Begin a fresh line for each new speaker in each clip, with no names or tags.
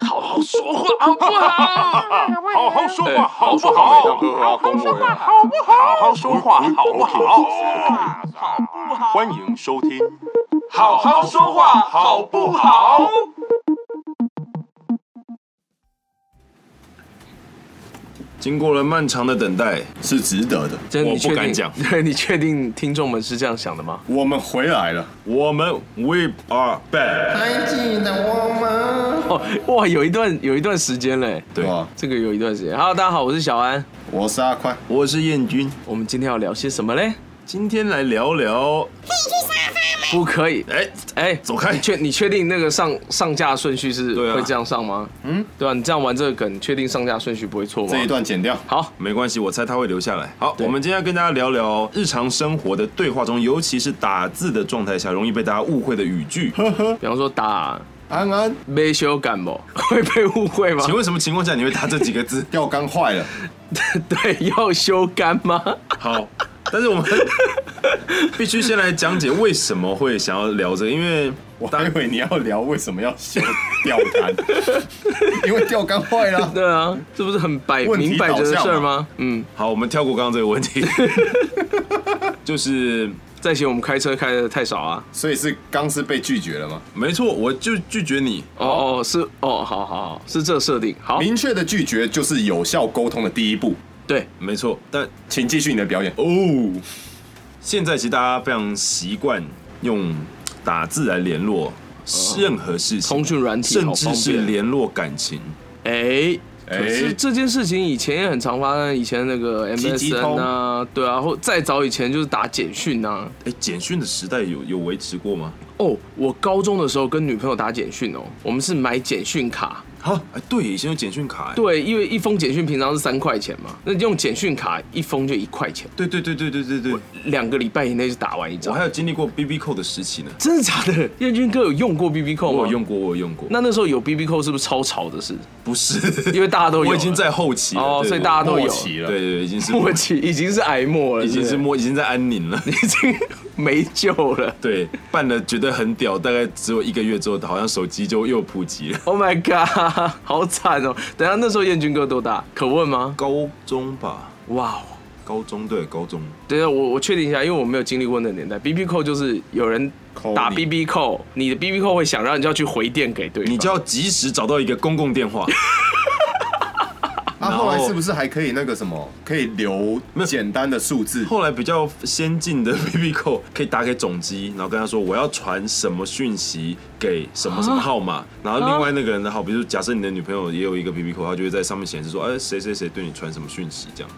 好说话好不好？
好好说
哎
话，好不
好
好？
好好说话，
好不好？好好说话，好不好？
好不好？
欢迎收听，
好好说话好不好？
经过了漫长的等待，
是值得的。
真的
我
你确
不
定
敢讲。
对你确定听众们是这样想的吗？
我们回来了，
我们 we are back。
还记得我吗？
哦，哇，有一段有一段时间嘞，
对，
哇
这个有一段时间。Hello，大家好，我是小安。
我是阿宽，
我是燕君，
我们今天要聊些什么嘞？
今天来聊聊。
不可以，
哎，
哎，
走开
你确你确定那个上上架顺序是
对啊
会这样上吗？嗯，对啊，你这样玩这个梗，确定上架顺序不会错吗
这？一段剪掉。
好，
没关系，我猜他会留下来。好，我们今天要跟大家聊聊日常生活的对话中，尤其是打字的状态下，容易被大家误会的语句。
比方说打
安安？
没修感冒 会被误会吗
请？问什么情况下你会打这几个字
钓竿坏了，
对，要修干吗？
好，但是我们必须先来讲解为什么会想要聊这个，因为
我还以为你要聊为什么要修钓 竿，因为钓竿坏了。
对啊，这不是很摆
问题
明摆着的
导向
事儿
嘛
吗？嗯，
好，我们跳过刚刚这个问题， 就是
再嫌我们开车开的太少啊。
所以是刚是被拒绝了吗？
没错，我就拒绝你。
哦哦，是哦，好好好，是这设定好，
明确的拒绝就是有效沟通的第一步。
对，
没错，但
请继续你的表演。
哦，现在其实大家非常习惯用打字来联络任何事情，
哦通讯软体
甚
好
至
方
是
便
联络感情。
哎、
哎
可是这件事情以前也很常发生，以前那个
积极
MSN 啊，对啊，或再早以前就是打简讯啊。
哎，简讯的时代有有维持过吗？
哦，我高中的时候跟女朋友打简讯哦，我们是买简讯卡，
啊，哎，对，以前有简讯卡。哎
对，因为一封简讯平常是三块钱嘛，那用简讯卡一封就一块钱，
对对对对对对对，
两个礼拜以内就打完一
我
张
还。有经历过 B B 扣的时期呢。
真的假的？彦军哥有用过 B B 扣吗？
我有。用过，我有用过。
那那时候有 B B 扣是不是超潮的事？
不是，
因为大家都有了
我已经在后期了
哦，
对
所以大家都有
默。契
对
了
对对，已经是
默契已经是癌末了，
已经
对
是
不
摸，已经在安宁了。
对已经没救了。
对，办了觉得很屌，大概只有一个月之后，好像手机就又普及了。
Oh my god，好 惨哦！等一下那时候彦军哥多大？可问吗？
高中吧，
哇哦！
高中对高中，
等一下我我确定一下，因为我没有经历过那个年代。B B 扣就是有人
扣
打
你
B B 扣，你的 B B 扣会响，然后你就要去回电给对方。
你就要及时找到一个公共电话，
啊，
然后
后来是不是还可以那个什么，可以留简单的数 字？
后来比较先进的 B B 扣可以打给总机，然后跟他说我要传什么讯息给什么什么
啊
号码，然后另外那个人的好，比如假设你的女朋友也有一个 B B 扣，她就会在上面显示说，哎谁谁谁对你传什么讯息这样，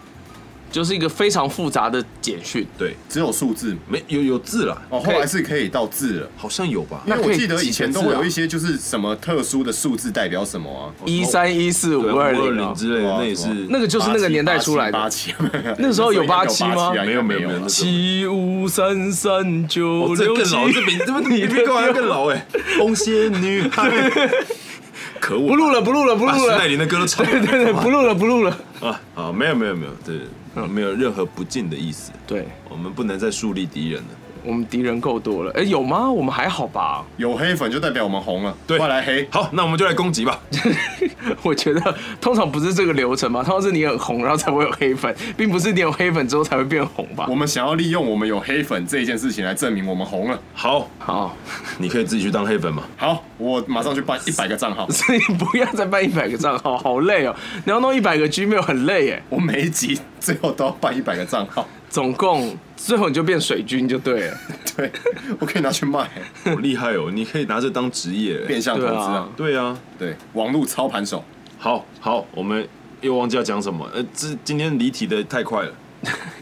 就是一个非常复杂的简讯。
对，
只有数字
没有有字啦，
哦，
可
后
以
来是可以到字了。
好像有吧，
因为
那可
我
以
记得以前
几个字
都
啊
会有一些就是什么特殊的数字代表什么啊，
一三一四五
对啊
二
520
零
之类的，
哇
那也是
什么
那个就是那个年代出来
八
的。
七，
那时候有八七吗
应该
没有没有
应该
没有
啊
七五三三九
哦，这
六
更
七，
老，这比这比 你比狗还更老哎！红鞋女孩，可恶！
不录了，不录了，不
把
录
徐
了。
乃麟的歌都唱
对对 对，不录了，不录了。
啊！好，没有没有没有，对，没有任何不敬的意思。
对
我们不能再树立敌人了。
我们敌人够多了，哎，有吗？我们还好吧？
有黑粉就代表我们红了，
对，
快来黑。
好，那我们就来攻击吧。
我觉得通常不是这个流程吧，通常是你很红，然后才会有黑粉，并不是你有黑粉之后才会变红吧
我？们想要利用我们有黑粉这一件事情来证明我们红了。
好，
好，
你可以自己去当黑 粉嘛。
好，我马上去办一百个账 号。
所以不要再办一百个账号，好累哦！你要弄一百个 Gmail 很累耶，
我每一集最后都要办一百个账号，
总共最后你就变水军就对了，
对我可以拿去卖，
好厉害哦，你可以拿这当职业。
变相投资
对
啊
啊。
对啊，
对，网络操盘手，
好好，我们又忘记要讲什么。呃，这今天离题的太快了。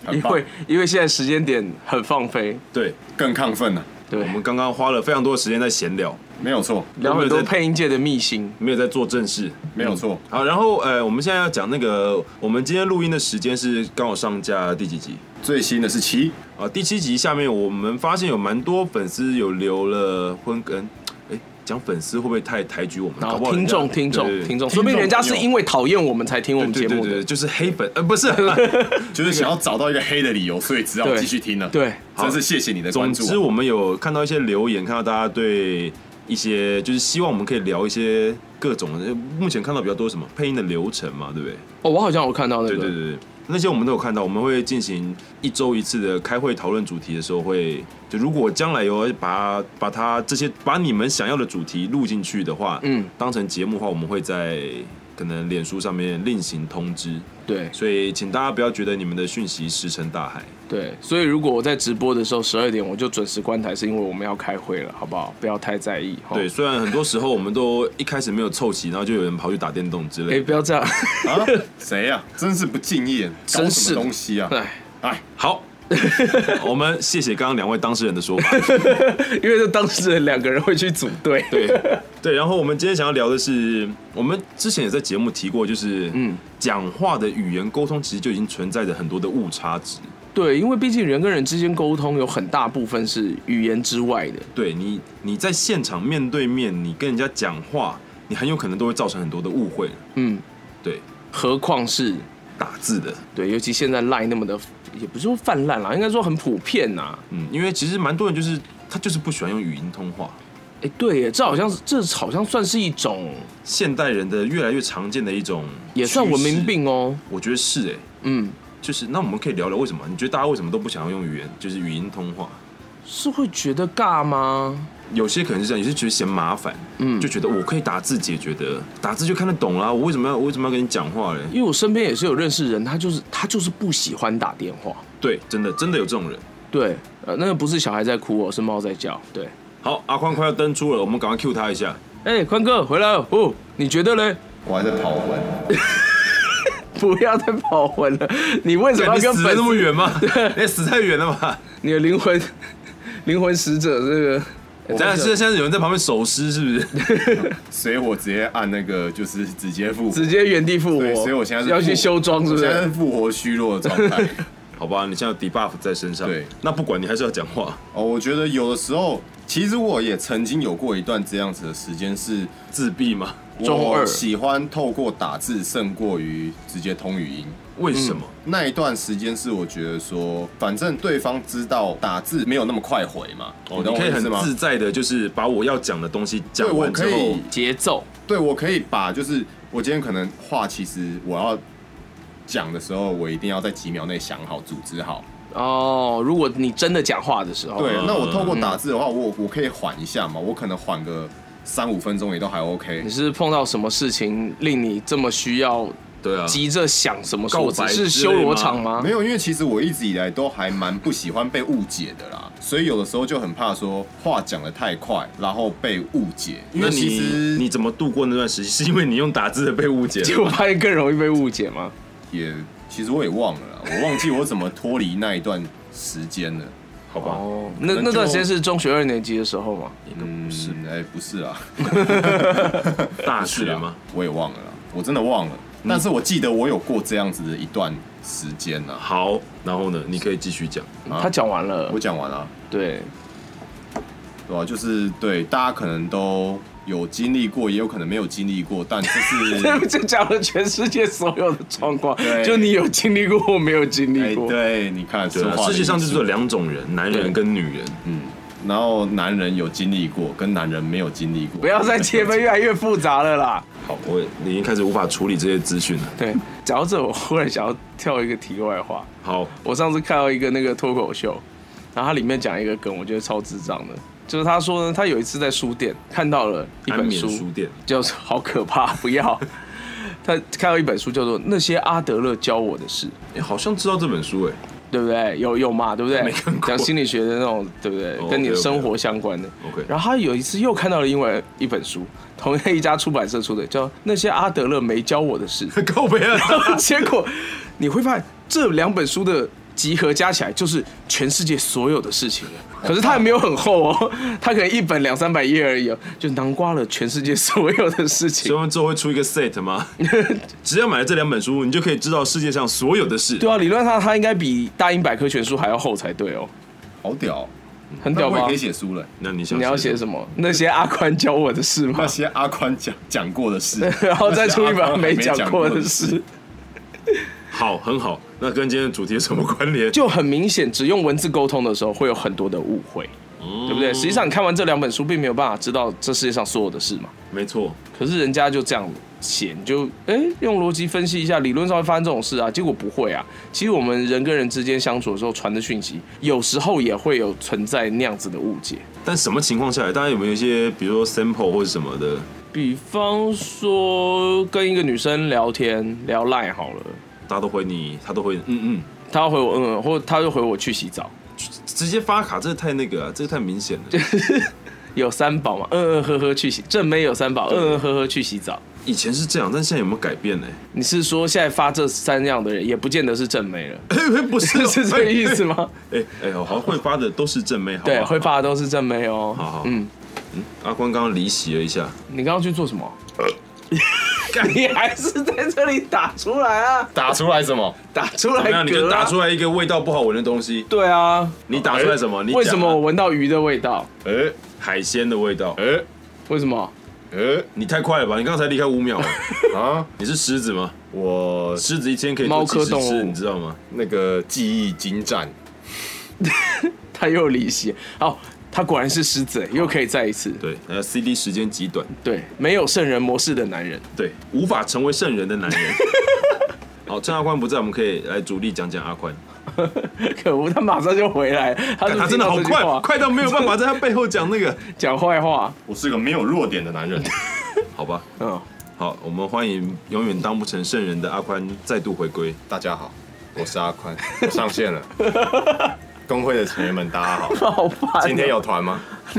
很
因
棒
为，因为现在时间点很放飞，
对，
更亢奋了，
对
我，们刚刚花了非常多的时间在闲聊，
没有错，
聊很
我
多
们在
配音界的秘辛，
没有在做正事。
没有
嗯
错。
好，然后呃，我们现在要讲那个，我们今天录音的时间是刚好上架第几集？
最新的是七，
啊、第七集下面我们发现有蛮多粉丝有留了婚跟，哎，讲粉丝会不会太抬举我们？
然
搞
后
不好人
听
家
众哦听
对
众
对
听众，
听
说不定人家
众
是
有
因为讨厌我们才听我
对
们
对
节
对
目
对，对
的，
就是黑粉，呃，不 是。
就是想要找到一个黑的理由，所以只好
对
继续听了。
对
真是谢谢你的关
总
注。啊
之，我们有看到一些留言，看到大家对。一些，就是希望我们可以聊一些各种的。目前看到比较多什么配音的流程嘛，对不对？
哦，我好像有看到那个，
对对对对，那些我们都有看到，我们会进行一周一次的开会讨论主题的时候会，就如果将来有把把它这些把你们想要的主题录进去的话，
嗯
当成节目的话，我们会在可能脸书上面另行通知，
对
所以请大家不要觉得你们的讯息石沉大海。
对，所以如果我在直播的时候十二点我就准时关台，是因为我们要开会了，好不好？不要太在意。齁
对，，虽然很多时候我们都一开始没有凑齐，然后就有人跑去打电动之
哎、
类的。
不要这样，
啊，谁呀、真是不敬业，搞
真
什
是
么
的
东西啊！
哎，
哎，
好， 我们谢谢刚刚两位当事人的说法。
因为这当事人两个人会去组队。
对 对，然后我们今天想要聊的是，我们之前也在节目提过，就是嗯，讲话的语言沟通其实就已经存在着很多的误差值。
对，因为毕竟人跟人之间沟通有很大部分是语言之外的。
对你，你在现场面对面，你跟人家讲话，你很有可能都会造成很多的误会。
嗯，
对，
何况是
打字的，
对，尤其现在赖那么的，也不是说泛滥啦，应该说很普遍呐、
嗯，因为其实蛮多人就是他就是不喜欢用语音通话。
哎、对耶，这好像是这好像算是一种，
现代人的越来越常见的一种
也算
趋
文
势
明，病哦、
我觉得是哎、
嗯，
就是那我们可以聊聊为什么？你觉得大家为什么都不想要用语言，就是语音通话？
是会觉得尬吗？
有些可能是这样，有些觉得嫌麻烦，嗯，就觉得我可以打字解决的，打字就看得懂啦，我为什么要我为什么要跟你讲话嘞？
因为我身边也是有认识人，他就是他就是不喜欢打电话。
对，真的真的有这种人。
对，呃，那个不是小孩在哭哦，是猫在叫。对，
好，阿宽快要登出了，我们赶快 Q 他一下。
哎、宽哥回来了哦，你觉得嘞？
我还在跑魂，
不要再跑魂了，你为什么
哎你
要
死得那
跟粉丝？
么远吗？你死太远了吧？
你的灵魂灵魂使者这个，
等下现在现在有人在旁边手撕是不是？
所以我直接按那个就是直接复活，
直接原地复活，
对，所以我现在是
要
复
去修装，是不
我现在
是？
是复活虚弱的状 态。
好吧，你现在有 debuff 在身上，
对，
那不管你还是要讲话，
哦，我觉得有的时候，其实我也曾经有过一段这样子的时间，是
自闭吗？
中二
我喜欢透过打字胜过于直接通语音。
为什么？
那一段时间是我觉得说，反正对方知道打字没有那么快回嘛，
哦，
你
你
懂
可
我
以
意
很
思吗？
自在的，就是把我要讲的东西
对，
讲
我
完之
可
后
以，，
节奏，
对我可以把就是我今天可能话，其实我要讲的时候，我一定要在几秒内想好、组织好。
哦，如果你真的讲话的时候，
对，
嗯
那我透过打字的话，我我可以缓一下嘛，我可能缓个三五分钟也都还 OK
你。是碰到什么事情令你这么需要
对啊，
急着想什么说
告
辞？
白
是修罗场吗
没？有，因为其实我一直以来都还蛮不喜欢被误解的啦，所以有的时候就很怕说话讲的太快，然后被误解。因
那
为其
你
实
你怎么度过那段时期？是因为你用打字的被误解 了吗？
结果发现更容易被误解吗？
也其实我也忘了啦，我忘记我怎么脱离那一段时间了。
好吧，
哦，那
可能
那段
就
时间是中学二年级的时候吗？
嗯，哎、不是啊，
大
是
学吗
啊？，我也忘了啦，我真的忘了。
嗯
但是我记得我有过这样子的一段时间呐、
好，然后呢？你可以继续讲。
啊
他讲完了
我，讲完了，
对，
对吧、就是对大家可能都有经历过，也有可能没有经历过，但就 是。
就讲了全世界所有的状况，
对
就你有经历过，我没有经
哎
历，过。
对，你看，
对啊
说话，的
世界上
艺
就
术
是有两种人，男人跟女人。
嗯，然后男人有经历过，跟男人没有经历过，
不要再切分，越来越复杂了啦。
好，我已经开始无法处理这些资讯了。
对，讲到这，我忽然想要跳一个题外话。
好，
我上次看到一个那个脱口秀，然后它里面讲一个梗，我觉得超智障的，就是他说呢，他有一次在书店看到了一
安
本
眠
书，
书店，
叫做好可怕，不要。他看到一本书叫做《那些阿德勒教我的事》，
哎，好像知道这本 书，哎，
对不对？有有嘛，对不对
没看？过
讲心理学的那种，对不对
哦
跟你的
OK，OK，OK
生活相关的。
OK
然后他有一次又看到了另外一本书，同样一家出版社出的，叫《那些阿德勒没教我的事》。
告别 了。
结果你会发现这两本书的集合加起来就是全世界所有的事情了。可是它也没有很厚哦，它可能一本两三百页而已哦，就囊括了全世界所有的事情
所以。我们之后会出一个 set 吗？ 只要买了这两本书，你就可以知道世界上所有的事。
对啊，理论上它应该比《大英百科全书》还要厚才对哦，
好屌，
很
那
屌
我也
吧啊
可以？写书了。
那你想
你要写什么？那些阿宽教我的事
那
吗？
些阿宽讲讲过的事，
然后再出一
那些阿
本
宽
没
没
讲过
过
的事，
好，很好。那跟今天的主题有什么关联？
就很明显，只用文字沟通的时候会有很多的误会。
哦
对不对？实际上你看完这两本书，并没有办法知道这世界上所有的事嘛。
没错，
可是人家就这样写，你就哎用逻辑分析一下，理论上会发生这种事啊，结果不会啊。其实我们人跟人之间相处的时候传的讯息，有时候也会有存在那样子的误解。
但什么情况下来，大家有没有一些，比如说 sample 或者什么的？
比方说跟一个女生聊天聊赖好了，
大家都回你，他都回你嗯嗯，
她回我嗯，嗯，或她就回我去洗澡，
直接发卡，这个太那个啊，这个太明显了。
有三宝嘛，嗯嗯呵呵去洗，正妹有三宝，嗯嗯呵呵去洗澡。
以前是这样，但现在有没有改变呢？
你是说现在发这三样的人，也不见得是正妹了，
不是
是这个意思？吗？
哎哎，好像会发的都是正妹，好不好
对，会。发的都是正妹哦。
好好
嗯，
阿关刚刚离席了一下，
你刚刚去做什么？
呃
你还是在这里打出来啊！
打出来什么？
打出
怎么
来
样？你就
嗝、
打
啊，
出来一个味道不好闻的东西，
对啊。
你打出来什么？你
哎为什么我
讲啊？
闻到鱼的味道？
哎
海鲜的味道。
哎
为什么？
哎
你太快了吧！你刚才离开五秒 了。
啊！
你是狮子吗？
我
狮子一天可以
猫
做
科
几十
动
只，
物
你知道吗？
那个记忆精湛，
他又离席。哦，他果然是狮子，又可以再一次。
对，呃，CD 时间极短，
对，没有圣人模式的男人。
对，无法成为圣人的男人。好，趁阿宽不在，我们可以来主力讲讲阿宽。
可恶，他马上就回来了。 他
但
是
他真的好
听到这句
快，
话
快到没有办法在他背后讲那个。
讲坏话。
我是个没有弱点的男人。
好吧，
嗯，
好，我们欢迎永远当不成圣人的阿宽再度回归。
大家好，我是阿宽，我上线了。 工会的成员们，大家好，
好烦哦、
今天有团吗？
啊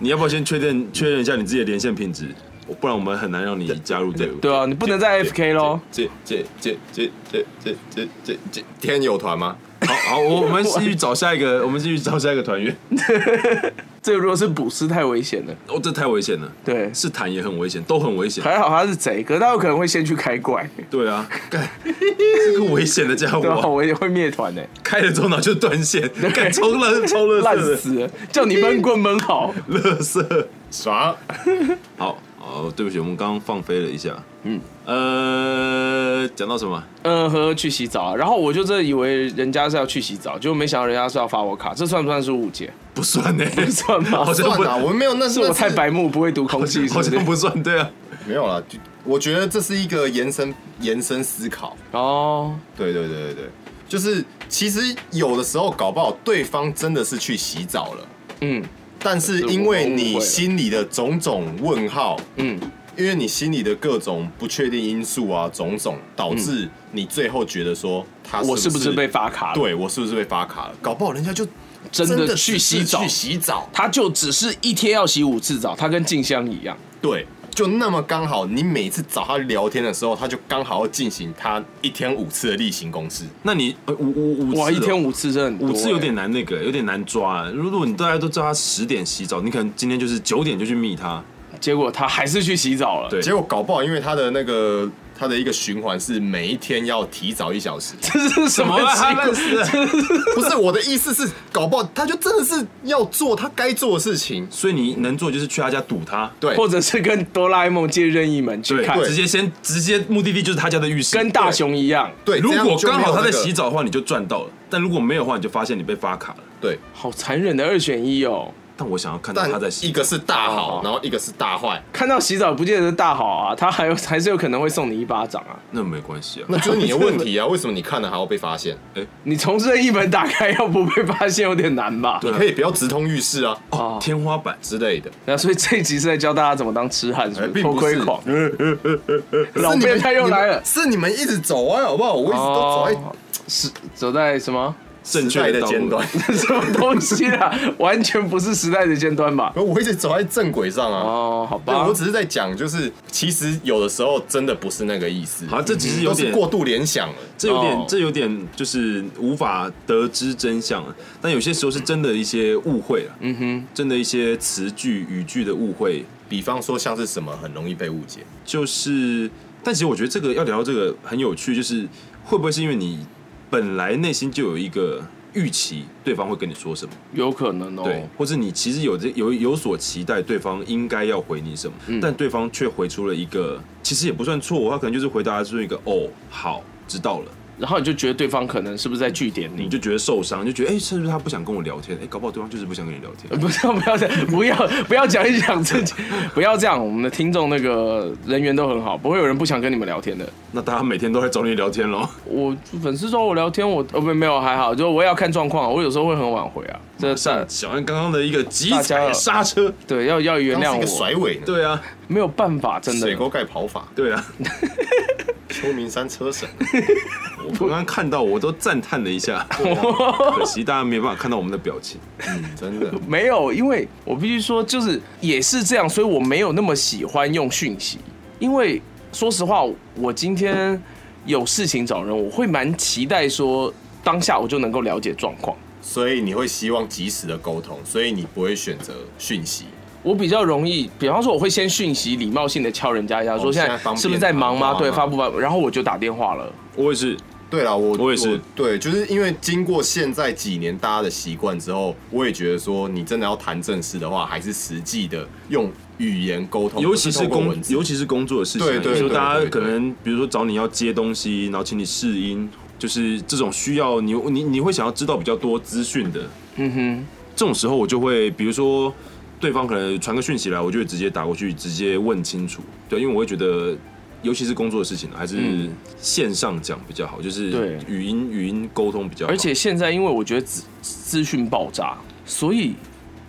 你要不要先确认确认一下你自己的连线品质？我不然我们很难让你加入队伍。
对啊，你不能再 FK 喽。
这这这这这这这这这天有团吗？
好好，我我们继续找下一个，我们继续找下一个团员。
这个如果是捕尸太危险了。
哦，这太危险了，
对，
是谈也很危险，都很危险。
还好他是贼，可是他有可能会先去开怪，
对啊，干，这个危险的家
对啊吧？
伙，啊
我也会灭团呢，
开了之后脑就断线，干超乐超乐
烂
色的，
死了！叫你闷棍闷好，
乐色。
爽！
好，哦，对不起，我们刚刚放飞了一下。嗯，呃，讲到什么？
嗯，呵呵，去洗澡啊。然后我就真的以为人家是要去洗澡，结果没想到人家是要发我卡，这算不算是误 解？
不算呢，
不算吧
好像
算
不，
了，我们没有那
是
是
我太，白目，不会读空
好
气，
像好
是不是
像？不算，对啊。
没有了。就我觉得这是一个延伸延伸思考。
哦，
对对对对对，就是其实有的时候搞不好对方真的是去洗澡了，
嗯
但是因为你心里的种种问号，
嗯，
因为你心里的各种不确定因素啊，种种导致你最后觉得说他
我是
嗯是
不是被？发卡了？，
对我是不是被发卡了？搞不好人家就
真的
的
去
只是
洗澡
去洗澡。
他就只是一天要洗五次澡，他跟静香一样。
对，就那么刚好，你每次找他聊天的时候，他就刚好要进行他一天五次的例行公事。
那你呃五五五次
哇，一天
哦
五次真的很多
五次有
欸
点难，那个有点难抓。啊如果你大家都知道他十点洗澡，你可能今天就是九点就去密他，
结果他还是去洗澡了。
对
结果搞不好，因为他的那个他的一个循环是每一天要提早一小 时。
这是什
怎么
么
了？
啊
他
奇怪
认识了？
不是我的意思是，搞不好他就真的是要做他该做的事情。
所以你能做就是去他家堵他，
对，
或者是跟哆啦 A 梦借任意门去看，
对
直接先直接目的地就是他家的浴室。
跟大雄一样，
对，
如
这样
果
就没有
刚好他在
那个
洗，澡的话，你就赚到了；但如果没有的话，你就发现你被发卡了。
对，
好残忍的二选一哦。
但我想要看到
但
他在洗，
一个是大好，然后一个是大坏，
看到洗澡不见得是大好啊，他还有还是有可能会送你一巴掌啊。
那没关系啊。
那就是你的问题啊！为什么你看了还要被发现？
你从任意门打开，要不被发现有点难吧？
你
啊
可以不要直通浴室啊
哦
哦，
天花板
之类的。
那所以这一集是在教大家怎么当痴汉，是不是
哎并
偷
不
窥
是
狂， 老
是你们
变态又来了。
是你们一直走啊，好不好？我一直都走哎在
哦，是走在 什么
正
时代
确
的
道路
尖端，，
什么东西啊？完全不是时代的尖端吧？
我一直走在正轨上啊。
哦，好
对，
吧
我，只是在讲，就是其实有的时候真的不是那个意思，
好，这其实
嗯
有
都是
点，
过度联想了。
这有点
哦，
这有点就是无法得知真相了。但有些时候是真的一些误会了，嗯哼，真的一些词句语句的误会，
比方说像是什么很容易被误解，
就是，但其实我觉得这个要聊到这个很有趣，就是会不会是因为你本来内心就有一个预期，对方会跟你说什么，
有可能哦。
对，或者你其实有这有有所期待，对方应该要回你什么，但对方却回出了一个其实也不算错误，他可能就是回答出一个哦，好，知道了。
然后你就觉得对方可能是不是在据点你
你？就觉得受伤，就觉得哎、是不是他不想跟我聊天？哎、搞不好对方就是不想跟你聊天。
嗯
不要不要讲，不要不要讲一讲自己， 不要这样。我们的听众那个人缘都很好，不会有人不想跟你们聊天的。
那大家每天都在找你聊天喽。
我粉丝找我聊天，我呃不没有还好，就我也要看状况，我有时候会很晚回啊，这
上
是
小安刚刚的一个急
大家
踩刹车，
对要要原
刚
谅
是一个
我，
甩尾呢，
对啊，
没有办法，真的
水。沟盖跑法，
对啊，
秋名山车神，
我刚刚看到我都赞叹了一下，可惜大家没办法看到我们的表情。
嗯真 的。
没有，因为我必须说，就是也是这样，所以我没有那么喜欢用讯息，因为说实话，我今天有事情找人，我会蛮期待说当下我就能够了解状况。
所以你会希望及时的沟通，所以你不会选择讯息。
我比较容易，比方说我会先讯息礼貌性的敲人家一下，说
哦
现
现在方便哦
在
嗯
是不是在忙
打电话
吗？对，
吗
发不发？然后我就打电话了。
我也是，
对啦，我
我也是
对，就是因为经过现在几年大家的习惯之后，我也觉得说，你真的要谈正事的话，还是实际的用语言沟通，
尤其是
不透过
工
文，字
尤其是工作的事情啊，
对对
就
对
大家
对
可能比如说找你要接东西，然后请你试音，就是这种需要你你你会想要知道比较多资讯的，
嗯哼，
这种时候我就会，比如说对方可能传个讯息来，我就会直接打过去，直接问清楚。对，因为我会觉得，尤其是工作的事情，啊还是
嗯
线上讲比较好，就是
对
语音语音沟通比较好。
而且现在因为我觉得资资讯爆炸，所以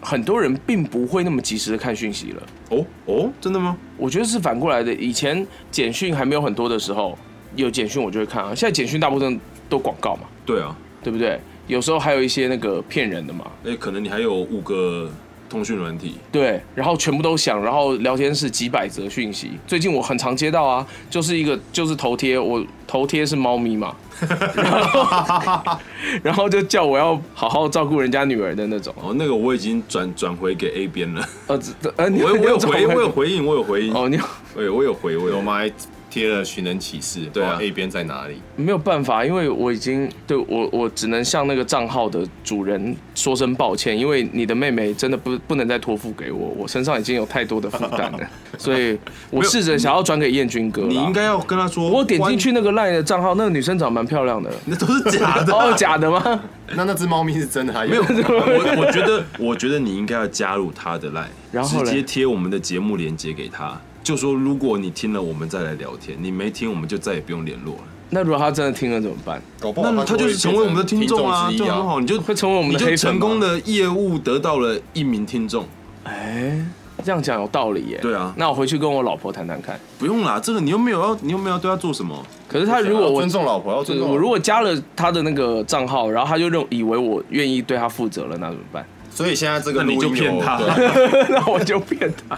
很多人并不会那么及时的看讯息了。
哦哦，真的吗？
我觉得是反过来的。以前简讯还没有很多的时候，有简讯我就会看啊。现在简讯大部分都广告嘛，
对啊，
对不对？有时候还有一些那个骗人的嘛，
哎，可能你还有五个通讯软体，
对，然后全部都响，然后聊天室几百则讯息。最近我很常接到啊，就是一个就是头贴，我头贴是猫咪嘛， 然后 然后就叫我要好好照顾人家女儿的那种。
哦，那个我已经转转回给 A 边了，
呃，这这呃，
我
你
有 我有
怎么
回我有回应我有回应，
哦，你有
对，我有回我
我
有。
们还贴了寻人启事，
对啊
哦，A 边在哪里？
没有办法，因为我已经对我我只能向那个账号的主人说声抱歉，因为你的妹妹真的不不能再托付给我，我身上已经有太多的负担了，所以我试着想要转给彦君哥啦。
你应该要跟他说，
我点进去那个 LINE 的账号，那个女生长得蛮漂亮的。
那都是假的，
哦，假的吗？
那那只猫咪是真的还
没
有
有，？ 我我觉得，我觉得你应该要加入他的 line，
然后嘞
直接贴我们的节目连接给他，就说如果你听了，我们再来聊天；你没听，我们就再也不用联络了。
那如果她真的听了怎么办？
搞不好
那他就是成为我们的听众啊，
听
就
之一
很
啊。
好，你就
会成为我们的
你就
黑粉
成
吗
功的业务得到了一名听众。
哎，这样讲有道理耶。
对啊
那我回去跟我老婆谈谈看。
不用啦，这个你又没有要，你又没有要对他做什么，
可是她如果
要
我
啊尊重老婆，要尊
对
重老婆
我如果加了她的那个账号，然后她就认以为我愿意对她负责了，那怎么办？
所以现在这个
那你就
录音有
骗他
对
那我就骗她，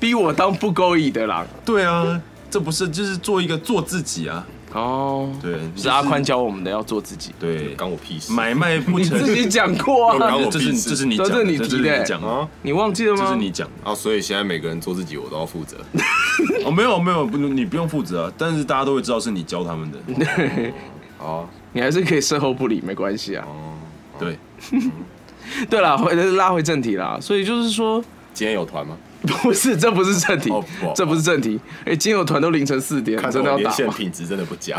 逼我当不勾引的啦。
对啊，这不是就是做一个做自己啊，
哦，
对，你就是
阿宽，教我们的要做自己。
对，
关我屁事。
买卖不
你
成，
自己讲过
有
啊，
搞我
这是
屁事
这是你讲的，
这是你提的
这是你讲的，
啊
你忘记了吗？
这是你讲的。
啊！所以现在每个人做自己，我都要负 责。
哦，没有没有，不，你不用负责啊。但是大家都会知道是你教他们的，
嗯
好，啊
你还是可以事后不理，没关系啊。
哦，
对。
对啦，回拉回正题啦。所以就是说，
今天有团吗？
不是，这不是正题
哦不，
这不是正题。哎，今天有团都凌晨四点，
看着
真的
我
要
连
打
线
吗？
品质真的不佳。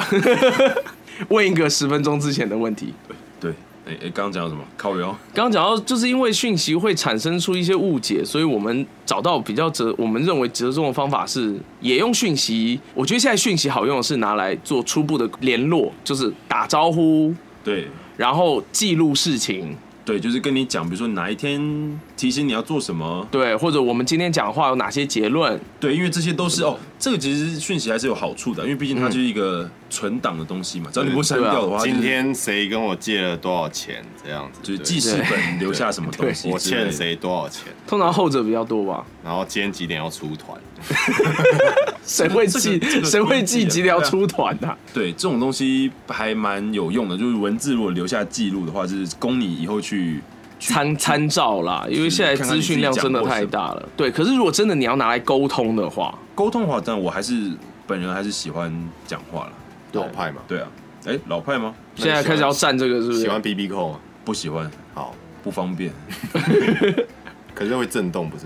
问一个十分钟之前的问题。
对，哎、哎，刚刚讲到什么？靠聊，
刚刚讲到，就是因为讯息会产生出一些误解，所以我们找到比较折，我们认为折中的方法是也用讯息。我觉得现在讯息好用的是拿来做初步的联络，就是打招呼，
对
然后记录事情，
对，就是跟你讲，比如说哪一天提醒你要做什么，
对，或者我们今天讲话有哪些结论，
对，因为这些都是哦，这个其实讯息还是有好处的，啊因为毕竟它就是一个存档的东西嘛，只要你不删掉的话，
嗯
今
啊
它
天谁跟我借了多少钱？这样子，
就是就是
对
记事本留下什么东西，
我欠？谁多少钱，
通常后者比较多吧。
然后今天几点要出团，
谁会
这个
记
这个？
谁会记
这个
几条
对啊
出团呐、啊？
对，这种东西还蛮有用的，就是文字如果留下记录的话，就是供你以后去去
参参照啦，因为现在资讯量真的太大了。对，可是如果真的你要拿来沟通的话，
沟通的话，但我还是本人还是喜欢讲话了，
对
老派嘛，
对啊，哎、老派吗？
现在开始要站这个是不
喜欢
是？
B B 扣吗？
不喜欢，
好，
不方便。
可是会震动不是？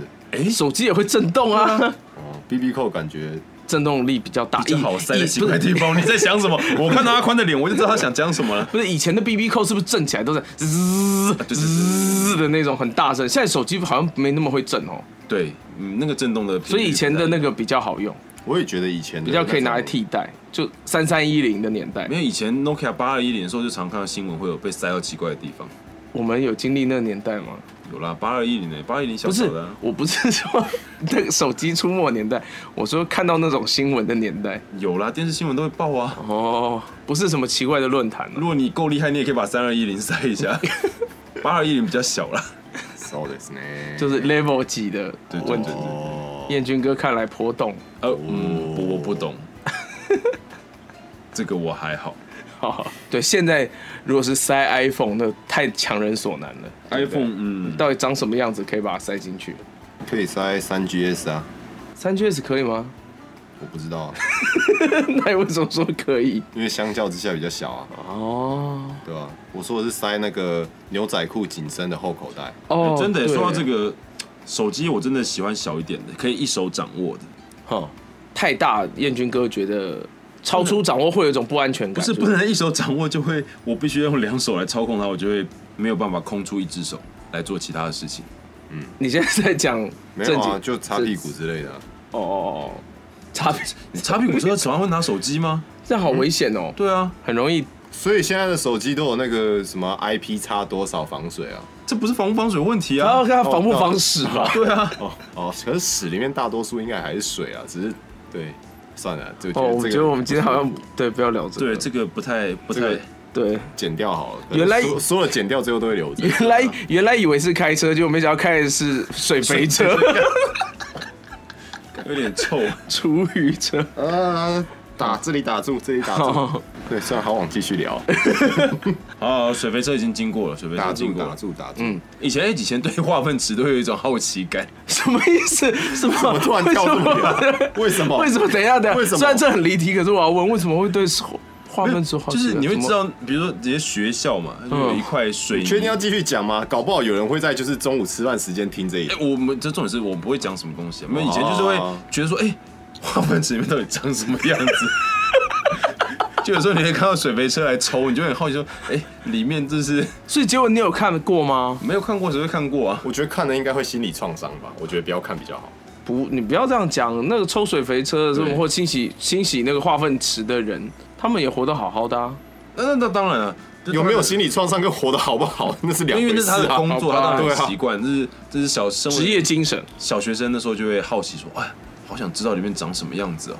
手机也会震动啊，
哦，B B 扣感觉
震动力比较大，
比较好塞
以
的
以
奇
不是
怪地方。你在想什么？我看到阿宽的脸，我就知道他想讲什么了。
不是以前的 B B 扣是不是震起来都是滋
对对对
滋的那种很大声？现在手机好像没那么会震哦，
对，嗯，那个震动的频率不太
所
一样，
以以前的那个比较好用，
我也觉得以前的
比较可以拿来
那种
替代，就三三一零的年代
没，有以前 Nokia 八二一零的时候，就常看到新闻会有被塞到奇怪的地方。
我们有经历那个年代吗？
有啦，八二一零呢，八二一零小
不
小
是
的啊，，
我不是说 那个手机出没年代，我说看到那种新闻的年代。
有啦，电视新闻都会报啊。
哦，不是什么奇怪的论坛、啊
如果你够厉害，你也可以把三二一零塞一 下。八二一零比较小啦，
そうですね。
就是 level 几的
对对
问
对
题
对。。
哦，
彦军哥看来颇懂，
呃，嗯，我我不懂，这个我还 好。
哈哈。对，现在如果是塞 iPhone，那太强人所难了。
iPhone，嗯，
到底长什么样子可以把它塞进去？
可以塞三 GS 啊，
三 GS 可以吗？
我不知道啊，
那你为什么说可以？
因为相较之下比较小啊，
哦
对吧、我说的是塞那个牛仔裤紧身的后口袋，
哦，
哎真的
对
说到这，个手机，我真的喜欢小一点的，可以一手掌握的，
哈，哦太大，彦军哥觉得超出掌握会有一种不安全
不
感。
是不能一手掌握就会，我必须用两手来操控它，我就会没有办法空出一只手来做其他的事情。
你现在在讲
没有
正
啊，
经，
就擦屁股之类的啊、
哦哦哦，差别，
你擦屁股车手上会拿手机 吗？
这样好危险哦，
对啊，
很容易
所以现在的手机都有那个什么 IP 差多少防水啊？
这不是防不防水问题
然
啊
后。看他防不防屎吧。
对啊，
哦哦，可是屎里面大多数应该还是水啊，只是对，算了，就
哦，我
这个
觉得我们今天好像对，不要聊这个。
对这个不太不
这
太
个，
对，
剪掉好了。
原来
说说了剪掉，最后都会留着。
原来原来以为是开车，结果没想到开的是水肥车、
有点臭。
厨余车。
啊，打这里打住，这里打住
好。
对，算了，好，我们继续 聊。
啊，水肥车已经经过了，水肥车
打住，
经过
打
了。
住，打住。嗯，
以前以前对化粪池都有一种好奇感，
什么意思？什么？
我突然跳这么远，为什么？
啊为什么？等一下，等一下。
为什么
虽然这很离题，可是我要问，为什么会对化粪池好奇
就
啊？
是你会知
什么。
道，比如说这些学校嘛，
嗯
就有一块水泥。
确定要继续讲吗？搞不好有人会在就是中午吃饭时间听这一
哎
集。
我们这重点是我不会讲什么东西、啊，
哦
没有以前就是会觉得说，哎、化粪池里面到底长什么样子？ 就有时候你会看到水肥车来抽，你就会很好奇说，哎、里面这是
所以结果你有看过吗？
没有看过谁会看过啊？
我觉得看了应该会心理创伤吧，我觉得不要看比较好。
不，你不要这样讲。那个抽水肥车的时
对
候，或清洗清洗那个化粪池的人，他们也活得好好的啊。
那那那当然了，这
有没有
当然啊
心理创伤跟活得好不好，那是两
因为
回
那
事
是他的
啊。
工作，
好
他
吧
当
对
然
啊
习惯，这是这是小生
职业精神，
小学生的时候就会好奇说，哎，好想知道里面长什么样子哦。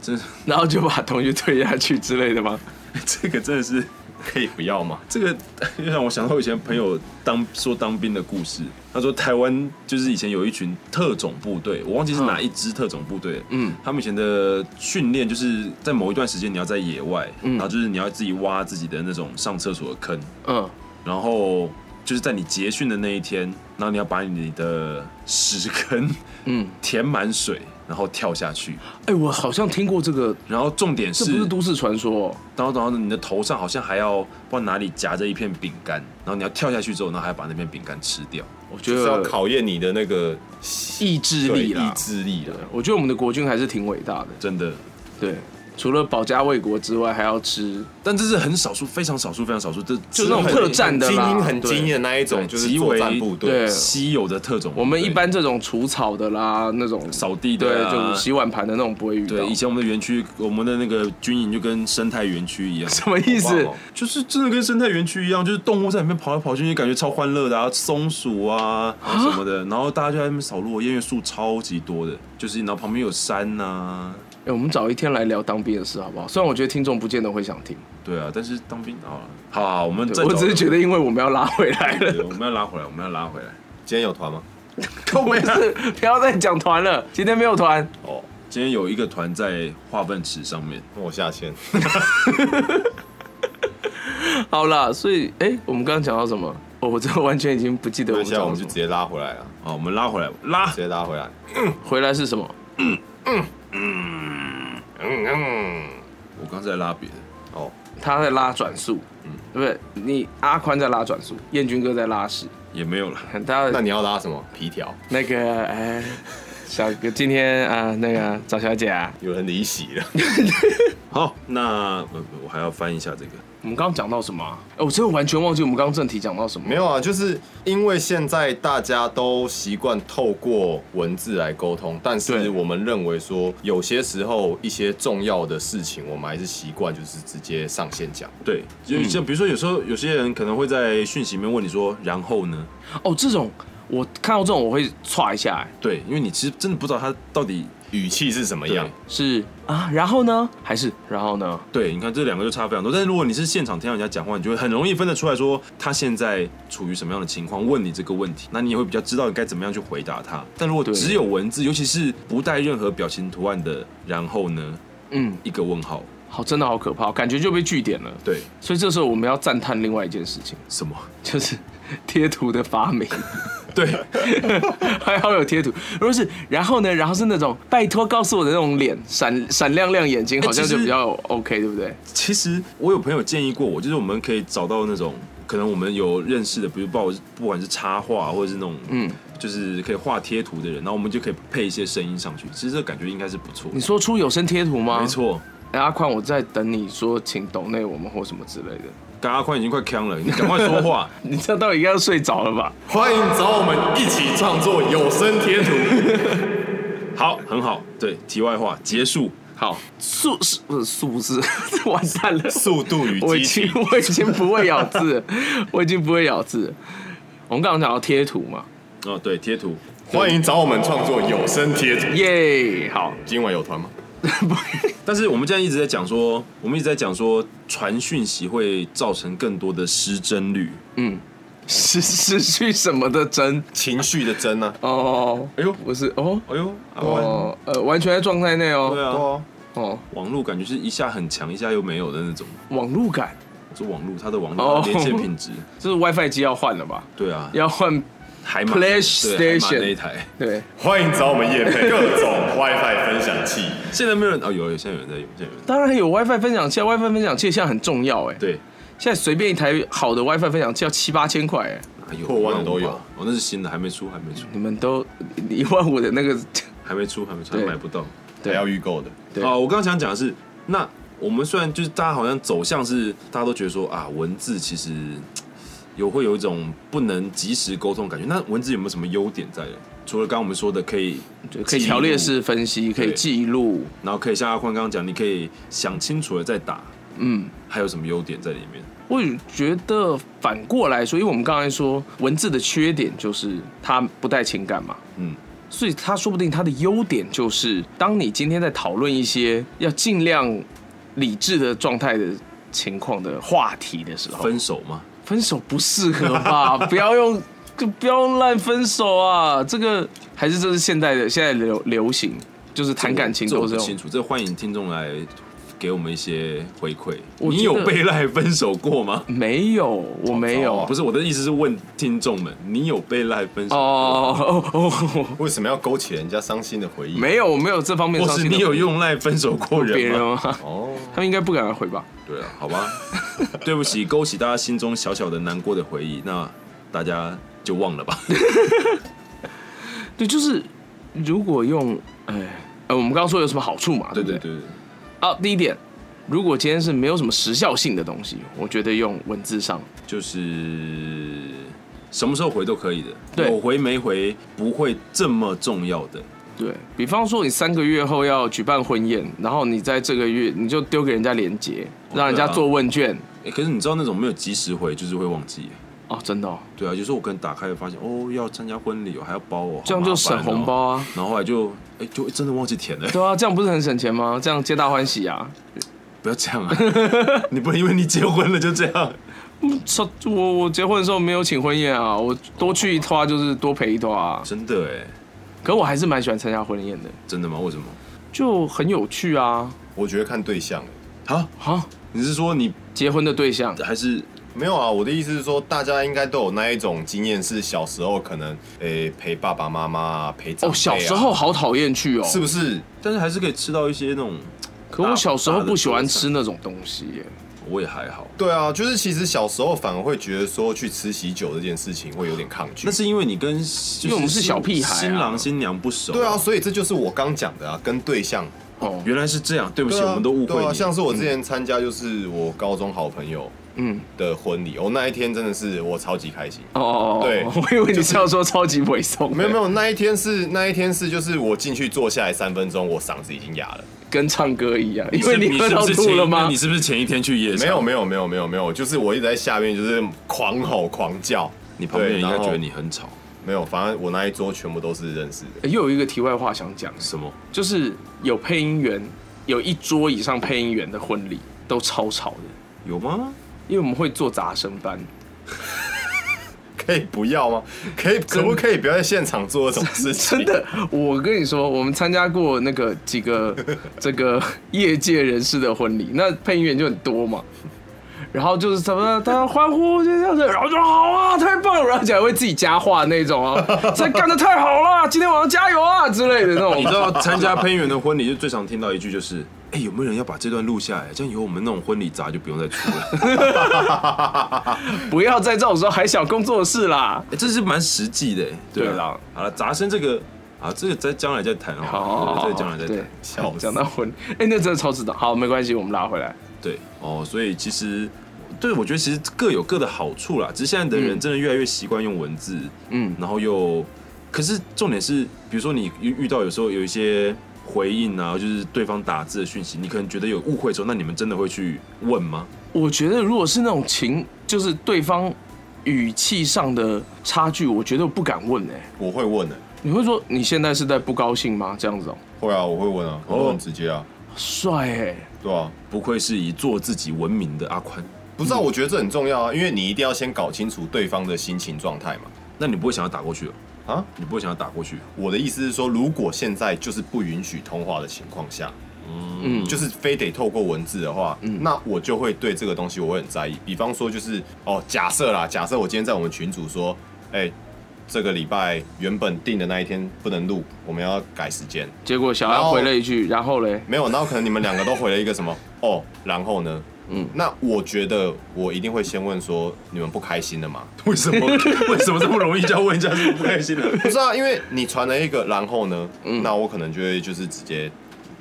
真是
然后就把同学推下去之类的吗？
这个真的是
可以不要吗？
这个 又让我想到我以前朋友当说当兵的故事。他说台湾就是以前有一群特种部队，我忘记是哪一支特种部队。嗯
嗯，
他们以前的训练就是在某一段时间你要在野外，然后就是你要自己挖自己的那种上厕所的坑，
嗯，
然后就是在你结训的那一天，然后你要把你的屎坑嗯
嗯
填满水，然后跳下去。
哎、我好像听过这个，
然后重点
这
是，
不是都市传说、哦？
然后然后你的头上好像还要不知道哪里夹着一片饼干，然后你要跳下去之后，然后还要把那片饼干吃掉。
我觉
就是要
得
考验你的那个
意志
对
力
意
啦。
志力了。
我觉得我们的国军还是挺伟大的，
真的。
对，除了保家卫国之外，还要吃，
但这是很少数，非常少数，非常少数，这
就那种特战的
精
啦，
英很精英
对。
的那一种，就是
极
作
为
战部队
对。
稀有的特种部队。
我们一般这种除草的啦，那种
扫地
对
的、，啊，
就洗碗盘的那种不会遇到。
对以前我们的园区，我们的那个军营就跟生态园区一样，哦
什么意思？
哇
就是真的跟生态园区一样，就是动物在里面跑来跑去，你感觉超欢乐的啊，松鼠啊什么的，然后大家就在那边扫落叶，因为树超级多的，就是然后旁边有山啊呐、
哎、我们找一天来聊当兵的事好不好？虽然我觉得听众不见得会想听，
对啊，但是当兵好了，好好，我们再
我只是觉
得
得因为我们要拉 回来了，
我们要拉回来，我们要拉回来。
今天有团吗？
不是不要再讲团了，今天没有团。
哦，
今天有一个团在化粪池上面，
那我下 线。
好啦，所以哎、诶我们刚刚讲到什么？哦，我真的完全已经不记得我
那
们
现在
讲
啊我
到
们就
什么
直。接拉回来了，
哦好，我们拉回来，拉
直接拉回来。
回来是什么？
嗯嗯，
我刚才在拉别的，
哦，
他在拉转速，嗯，不是你阿宽在拉转速，彦军哥在拉屎，
也没有了。
大家
那你要拉什么？皮条。
那个哎、小哥今天啊、呃那个找小姐啊，
有人离席了，
好，那呃我还要翻一下这个。
我们刚刚讲到什么、啊？哎、我真的完全忘记我们刚刚正题讲到什 么。
没有啊，就是因为现在大家都习惯透过文字来沟通，但
对
是我们认为说，有些时候一些重要的事情，我们还是习惯就是直接上线讲。
对，就像比如说，有时候有些人可能会在讯息里面问你说，然后呢？
哦，这种我看到这种我会歘一下、哎
对，因为你其实真的不知道他到底。
语气是什么样？
是啊，然后呢？还是然后呢？
对，你看这两个就差非常多。但是如果你是现场听到人家讲话，你就会很容易分得出来说他现在处于什么样的情况，问你这个问题，那你也会比较知道你该怎么样去回答他。但如果
对
只有文字，尤其是不带任何表情图案的，然后呢，
嗯，
一个问号，
好，真的好可怕，感觉就被据点了。
对，
所以这时候我们要赞叹另外一件事情，
什么？
就是 贴图的发明，
对，
还好有贴图。如果是然后呢？然后是那种拜托告诉我的那种脸，闪闪亮亮眼睛，好像
其实
就比较 OK，对不对？
其实我有朋友建议过我，就是我们可以找到那种可能我们有认识的，比如不管不管是插画或者是那种嗯，就是可以画贴图的人，然后我们就可以配一些声音上去。其实这感觉应该是不错。
你说出有声贴图吗？
没。错，
哎阿宽，我在等你说请抖内我们或什么之类的。
刚阿宽已经快呛了，你赶快说 话。
你这样到底应该要睡着了吧？
欢迎找我们一起创作有声贴图。
好，很好。对，题外话结束。
好，素是不
呃
是素字， 完蛋了。
速度与
我已
激
经
情，
我已经不会咬字了，我已经不会咬字了。我们刚刚讲到贴图嘛，
哦，对，贴图。
欢迎找我们创作有声贴图。
耶、好，
今晚有团吗？
但是我们现在一直在讲说，我们一直在讲说，传讯息会造成更多的失真率。
失失去什么的真
情绪的真啊呢、
哦，
哎呦，
不是哦
哎呦，阿宽，
哦，呃，完全在状态内
对
哦，
啊，
哦，
哦，
网络感觉是一下很强，一下又没有的那种。
网路感，
我说网络，它的网
哦
络连线品质，
这是 WiFi 机要换了吧？
对 啊，
要换，
海马
PlayStation
对海马那一台，
对，
欢迎找我们夜配各种 WiFi 分享器。
现在没有人哦，有有，现在有人在用，现在有人在用
当然有 WiFi 分享器啊，WiFi 分享器现在很重要哎，
对，
现在随便一台好的 WiFi 分享器要七八千块哎，
哪有
破万的都有
万五吧哦，那是新的，还没出，还没出，
你们都一万五的那个，
还没出，还没出，
对
还买不到。
对
还要预购的，
对
哦，我刚刚想讲的是，那我们虽然就是大家好像走向是，大家都觉得说啊，文字其实嘖有会有一种不能及时沟通的感觉。那文字有没有什么优点在呢？除了刚刚我们说的可以
就可以条列式分析，可以
对
记录，
然后可以像阿宽刚刚讲，你可以想清楚了再打，
嗯。
还有什么优点在里面？
我也觉得反过来说，因为我们刚才说文字的缺点就是它不带情感嘛，
嗯，
所以它说不定它的优点就是，当你今天在讨论一些要尽量理智的状态的情况的话题的时候，分
分手吗？
分手不适合吧？不要用，就不要用烂分手啊！这个还是这是现代的现在流流行，就是谈感情
这我
都
不
是这
清
种。
楚，这欢迎听众来给我们一些回馈。
我
你
觉得
有被赖分手过吗？
没有，我没有。
哦
不是我的意思是问听众们，你有被赖分手过吗，
哦哦哦，
为什么要勾起人家伤心的回忆？
没有，我没有这方面
或
上
是
心的
你有用赖分手过
别
人
人
吗？
吗？
哦，
他们应该不敢来回吧？
对啊，好吧， 对不起，勾起大家心中小小的难过的回忆，那大家就忘了吧。
对，就是如果用，哎，呃，我们刚刚说有什么好处嘛？对不对？
对对，
啊，第一点，如果今天是没有什么时效性的东西，我觉得用文字上，
就是什么时候回都可以的，
对
有回没回不会这么重要的。
对比方说你三个月后要举办婚宴，然后你在这个月你就丢给人家链接，
哦
让人家做问卷。
啊
诶可是你知道那种没有及时回，就是会忘记。
哦，真的哦，
对啊，有时候我可能打开了发现，哦，要参加婚礼哦，还要包哦，
这样
好麻
就
烦
省红包
哦。
啊。
然后后来就，哎、就真的忘记填了。
对啊，这样不是很省钱吗？这样皆大欢喜啊！
不要这样啊！ 你不能因为你结婚了就这样。
说我我结婚的时候没有请婚宴啊，我多去一趟就是多陪一趟啊。
真的哎、
可我还是蛮喜欢参加婚宴的，
真的吗？为什么？
就很有趣啊。
我觉得看对象。
啊，
啊，
你是说你
结婚的对象
还是
没有啊，我的意思是说，大家应该都有那一种经验，是小时候可能诶、陪爸爸妈妈啊陪长辈、啊、
哦，小时候好讨厌去哦。
是不是？
但是还是可以吃到一些那种
可我小时候不喜欢吃那种东西耶，
我也还好。
对啊，就是其实小时候反而会觉得说去吃喜酒这件事情会有点抗拒
那。是因为你跟因
为我们是小屁孩啊
新郎新娘不熟。
对啊，，所以这就是我刚讲的啊，跟对象。
哦，
原来是这样，对不起，
对啊
我们都误会
对啊，
你。
像是我之前参加就是我高中好朋友
嗯，
的婚礼，我、哦那一天真的是我超级开心。
哦哦哦，
对
我以为你是要说超级猥琐，
没有没有，那一天是那一天是就是我进去坐下来三分钟，我嗓子已经哑了。
跟唱歌一样，因
是
为你喝
是
到
不是
吐
前
了吗
那你？是不是前一天去夜场？
没有，没有没有没有没有，就是我一直在下面就是狂吼狂叫。
你旁边
对
人应该
然后
觉得你很吵。
没有，反正我那一桌全部都是认识的。
哎又有一个题外话想讲，
什么？
就是有配音员，有一桌以上配音员的婚礼都超吵的，
有吗？
因为我们会做杂声班，
可以不要吗？可以， 可不可以不要在现场做这种事情？
真的，我跟你说，我们参加过那个几个 这个业界人士的婚礼，那配音员就很多嘛。然后就是什么，他欢呼就这样子，然后就好啊，太棒了，然后讲会自己加话那种啊， 这干的太好了，今天晚上加油啊之类的那种
你知。道参加配音员的婚礼，就最常听到一句就是：“哎、有没有人要把这段录下来？这样以后我们那种婚礼杂就不用再出 了。
不要在这种时候还想工作室啦。
哎这是蛮实际的、哎
对啦。
好了，杂声这个啊，这个在将来再谈啊，
好，
对这个将来再
哦对
谈。，
笑死
讲到婚，哎，那真的超值得。好，没关系，我们拉回来。
对哦，所以其实对我觉得其实各有各的好处啦，只是现在的人
嗯
真的越来越习惯用文字，
嗯
然后又，可是重点是，比如说你遇遇到有时候有一些回应啊，就是对方打字的讯息，你可能觉得有误会的时候，那你们真的会去问吗？
我觉得如果是那种情，就是对方语气上的差距，我觉得我不敢问哎、
我会问的、
你会说你现在是在不高兴吗？这样子哦、
会啊，我会问啊，我会很直接啊，
帅哎、
对啊。
不愧是以做自己闻名的阿宽，
不知道，我觉得这很重要啊，因为你一定要先搞清楚对方的心情状态嘛。
那你不会想要打过去哦
啊，
你不会想要打过去？
我的意思是说，如果现在就是不允许通话的情况下，
嗯，
就是非得透过文字的话，那我就会对这个东西我会很在意。比方说，就是哦，假设啦，假设我今天在我们群组说，哎、这个礼拜原本定的那一天不能录，我们要改时间。
结果小
然
安
后
回了一句，然后嘞，
没有，然后可能你们两个都回了一个什么 哦，然后呢？
嗯
嗯，那我觉得我一定会先问说，你们不开心了吗？
为什么？ 为什么这么容易就要问一下是不开心的？
不是啊，因为你传了一个然后呢，那我可能就会就是直接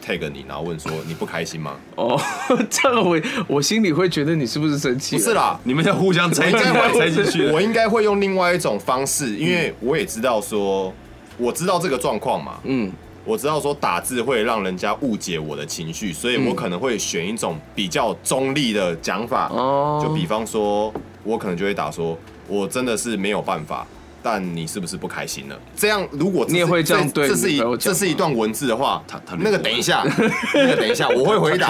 tag 你，然后问说你不开心吗？
哦， 这样我我心里会觉得你是不是生气？
不是，啦，
你们要互相猜
我
进
应该
来，猜进去
会，
的。
我应该会用另外一种方式，因为我也知道说，我知道这个状况嘛，
嗯，
我知道说打字会让人家误解我的情绪，所以我可能会选一种比较中立的讲法，
哦
就比方说，我可能就会打说，我真的是没有办法。但你是不是不开心了？这样如果这
你也会这样对
这是
女
一
朋友讲
这
吗
是一段文字的话
他他，
那个等一下，那个等 一下，我会回答。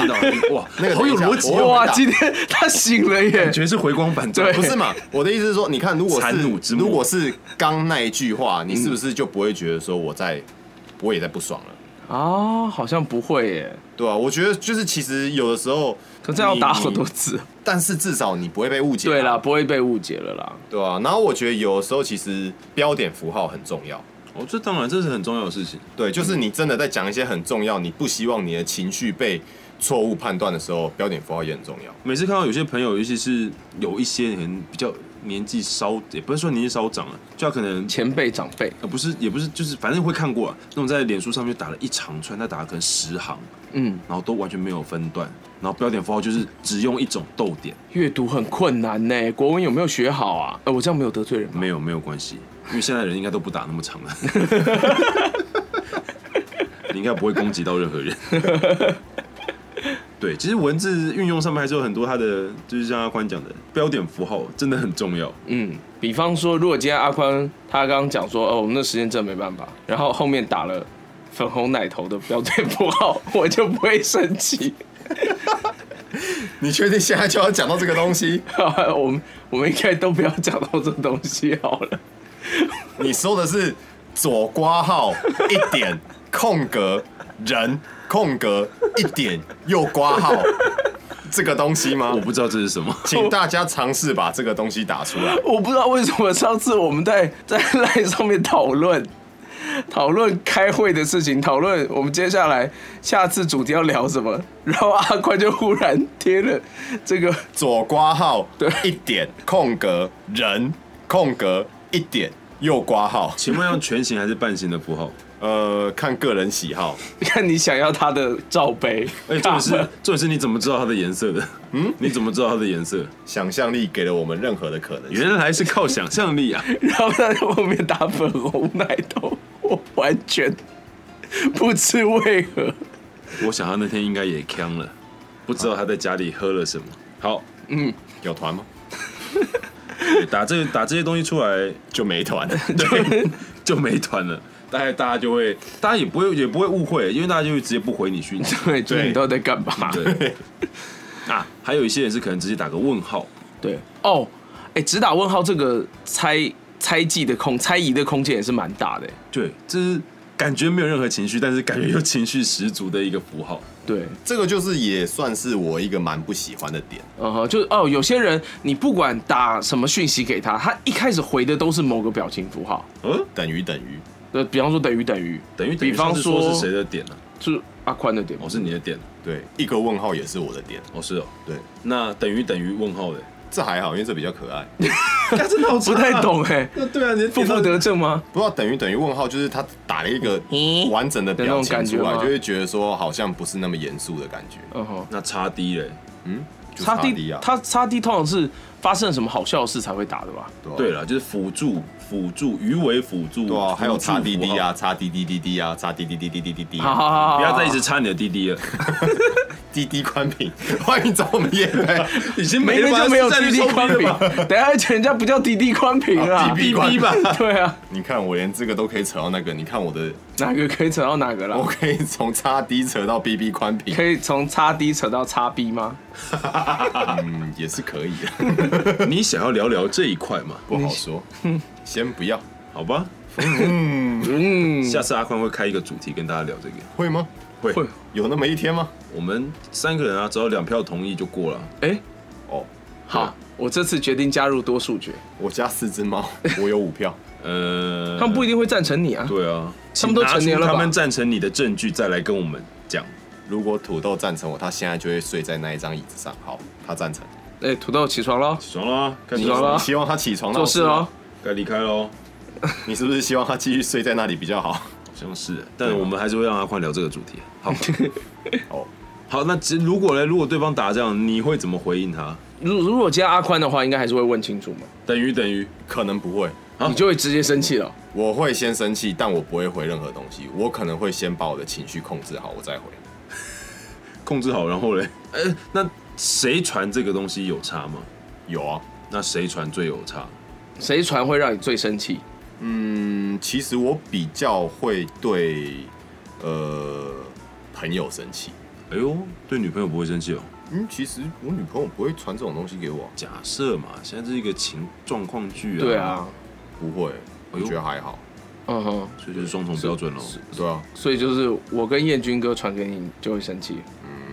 哇，
那个
好有逻辑
等一下我
哦，
会
哇，
回答
今天他醒了耶
感！觉是回光返照。
对
不是嘛？我的意思是说，你看，如果
残
是
弩之末
如果是刚那一句话，你是不
嗯
是就不会觉得说我在我也在不爽了？
啊，好像不会耶，
对啊，我觉得就是其实有的时候，
可这样要打好多
你，
字。
但是至少你不会被误解。啊
对啦，，不会被误解了啦。
对啊。然后我觉得有的时候其实标点符号很重要。
哦，这当然这是很重要的事情。
对，就是你真的在讲一些很重要，你不希望你的情绪被错误判断的时候，标点符号也很重要。
每次看到有些朋友，尤其是有一些人比较年纪稍，也不是说年纪稍长了，啊就他可能
前辈长辈，
呃不是也不是，就是反正会看过啊。那种在脸书上面就打了一长串，他打了可能十行，
嗯，
然后都完全没有分段，然后标点符号就是只用一种逗点，
阅读很困难呢。国文有没有学好啊？哎，我这样没有得罪人吗？
没有没有关系，因为现在人应该都不打那么长了。你应该不会攻击到任何人。对，其实文字运用上面还是有很多它的，就是像阿宽讲的，标点符号真的很重要。
嗯，比方说，如果今天阿宽他刚刚讲说，哦，我们那时间真的没办法，然后后面打了粉红奶头的标点符号， 我就不会生气。
你确定现在就要讲到这个东西？
我们我们应该都不要讲到这东西好了。
你说的是左刮号一点空格人空格一点右刮号这个东西吗
我？不知道这是什么。
请大家尝试把这个东西打出来。
我不知道为什么上次我们在在赖上面讨论，讨论开会的事情，讨论我们接下来下次主题要聊什么，然后阿宽就忽然贴了这个
左挂号
对
一点空格人空格一点右挂号，
请问要全形还是半形的符号？
呃，看个人喜好。
看你想要他的罩杯，
而哎且重点是，重点是你怎么知道它的颜色的？嗯，你怎么知道它的颜色？
想象力给了我们任何的可能性。
原来是靠想象力啊！
然后他在后面打粉红奶头，我完全不知为何。
我想他那天应该也呛了，不知道他在家里喝了什么。好，
有团吗？
对打这打这些东西出来，
就没 团。
对，就没团了。大概大家就会，大家也不会也不会误会，因为大家就会直接不回你讯息。
对，就是你
对
到底在干嘛？
对啊，还有一些人是可能直接打个问号，
对哦，哎、只打问号这个猜猜忌的空猜疑的空间也是蛮大的、
对，这是感觉没有任何情绪，但是感觉又情绪十足的一个符号。
对，
这个就是也算是我一个蛮不喜欢的点。
嗯哼，就是哦，有些人你不管打什么讯息给他，他一开始回的都是某个表情符号，
嗯，
等于等于，
呃，比方说等于等于，
等于等于
比方
上次
说
说是谁的点呢、
就是阿宽的点
哦，是你的点，
对，一个问号也是我的点。
哦是哦。
对，
那等于等于问号的，
这还好，因为这比较 可爱。
真的好
不太。懂 哎、
啊对啊，你
负负得正吗？
不知道等于等于问号，就是他打了一
哦
个完整的表情
的
出
嗯那
来，
种感觉吗
就会觉得说好像不是那么严肃的感觉。
嗯哼，
那差低嘞。
嗯，就
擦
低
地
啊，
他擦地通常是发生了什么好笑的事才会打的吧？
对啊
对了，就是辅助辅助鱼尾辅助，
对啊，还有
辅助
擦滴滴
符号
啊，，擦滴滴滴滴啊，擦滴滴滴滴滴滴滴，
嗯好好好
嗯
好，
不要再一
好
直插你的滴滴了，
啊滴滴宽屏， 欢迎找我们叶配，
已经
明明
了吧
就没
是
有
在
滴
那
滴
收
宽
了
屏
吧，
等一下而且人家不叫滴滴宽屏啊，
滴滴宽吧。
对啊，
你看我连这个都可以扯到那个，你看我的，
哪个可以扯到哪个
我
了？
可以从擦滴扯到 BB 宽屏，
可以从叉 D 扯到叉 B 吗？
嗯，也是可以的，
你想要聊聊这一块吗？
不好说，先不要，
好吧，
嗯，
下次阿宽会开一个主题跟大家聊这个。
会吗？
会，
会
有那么一天吗？
我们三个人啊，只要两票同意就过了。
哎、
哦，
好，我这次决定加入多数决，
我家四只猫，我有五票，
呃，
他们不一定会赞成你啊。
对啊，
他们都成
请
年了吧
拿出他们赞成你的证据再来跟我们讲。
如果土豆赞成我，他现在就会睡在那一张椅子上。好，他赞成，
哎、土豆起床喽，
爽了啊，该
你说了啊
希望他起床
做事喽
哦。。
该离开哦喽。
你是不是希望他继续睡在那里比较好？
好像是，但我们还是会让阿宽聊这个主题。 好，
哦，
好，那只如果呢？如果对方打这样，你会怎么回应他？
如如果加阿宽的话，应该还是会问清楚嘛，
等于等于，
可能不会，
啊
你就会直接生气了。
我会先生气，但我不会回任何东西，我可能会先把我的情绪控制好，我再回。
控制好，然后嘞，呃，那谁传这个东西有差吗？
有啊，
那谁传最有差？
谁传会让你最生气？
嗯，其实我比较会对呃朋友生气。
哎呦，对女朋友不会生气哦。
嗯，其实我女朋友不会传这种东西给我，
假设嘛，现在是一个情状况剧啊。
对啊，，
不会，
哎
我觉得还好。
嗯哼，
所以就是双重标准喽。
对啊，
所以就是我跟燕军哥传给你，你就会生气。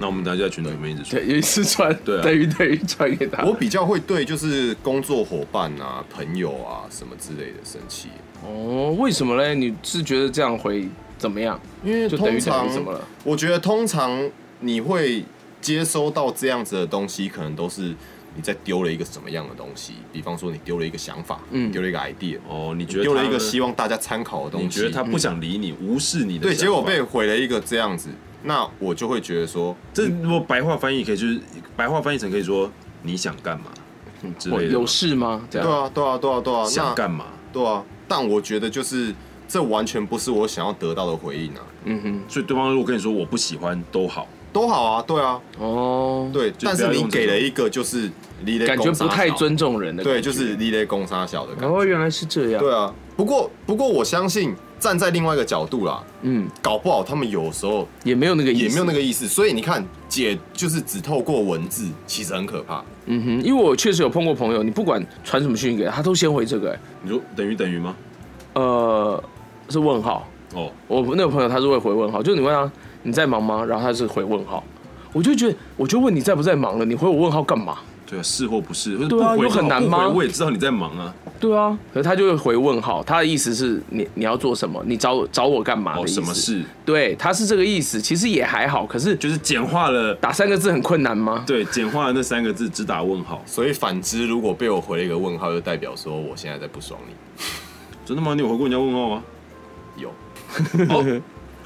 那我们等一下在群组里面一直说
对，。有一次传，
对啊
等于等于传给
啊
他。
我比较会对就是工作伙伴啊、朋友啊什么之类的生气，
哦，为什么嘞？你是觉得这样回怎么样？
因为
就等于
通
等
常
于怎么了？
我觉得通常你会接收到这样子的东西，可能都是你在丢了一个什么样的东西，比方说你丢了一个想法，
嗯
丢了一个 idea，
哦，你觉得
丢了一个
他
希望大家参考的东西，
你觉得他不想理你，无视你的
对，
想法
结果被毁了一个这样子，那我就会觉得说，
这如果白话翻译可以就是白话翻译成可以说你想干嘛之
我
类的
哦有
嘛，
事吗？这
对
样，
啊，对啊，对啊，对啊，
想
那
干嘛？
对啊，但我觉得就是这完全不是我想要得到的回应啊，
嗯哼，
所以对方如果跟你说我不喜欢都好，
都好啊，对啊，
哦，，
对，
就
但
不
是
要
你
用这
给了
种
一个就是你的
感觉不太尊重人的感觉。
对，就是你的攻杀小的感觉。
哦，原来是这样。
对啊，不过不过我相信站在另外一个角度啦，
嗯，
搞不好他们有时候
也没有那个意思，
也没有那个意思，所以你看解就是只透过文字，其实很可怕。
嗯哼，因为我确实有碰过朋友，你不管传什么讯息给他，他都先回这个、欸
你说等于等于吗？
呃，是问号。
哦，
我那个朋友他是会回问号，就是你问他你在忙吗？然后他是回问号，我就觉得我就问你在不在忙了，你回我问号干嘛？
对啊，是或不是，或者
对啊
不回
有很难吗
不回我也知道你在忙啊，
对啊，可是他就会回问号，他的意思是你你要做什么，你找我找我干嘛的
哦，
意思？
什么？事？
对，他是这个意思，其实也还好，可是
就
就
是简化了，
打三个字很困难吗？
对，简化了那三个字，只打问号。
所以反之，如果被我回了一个问号，就代表说我现在在不爽你。
真的吗？你有回过人家问号吗？
有，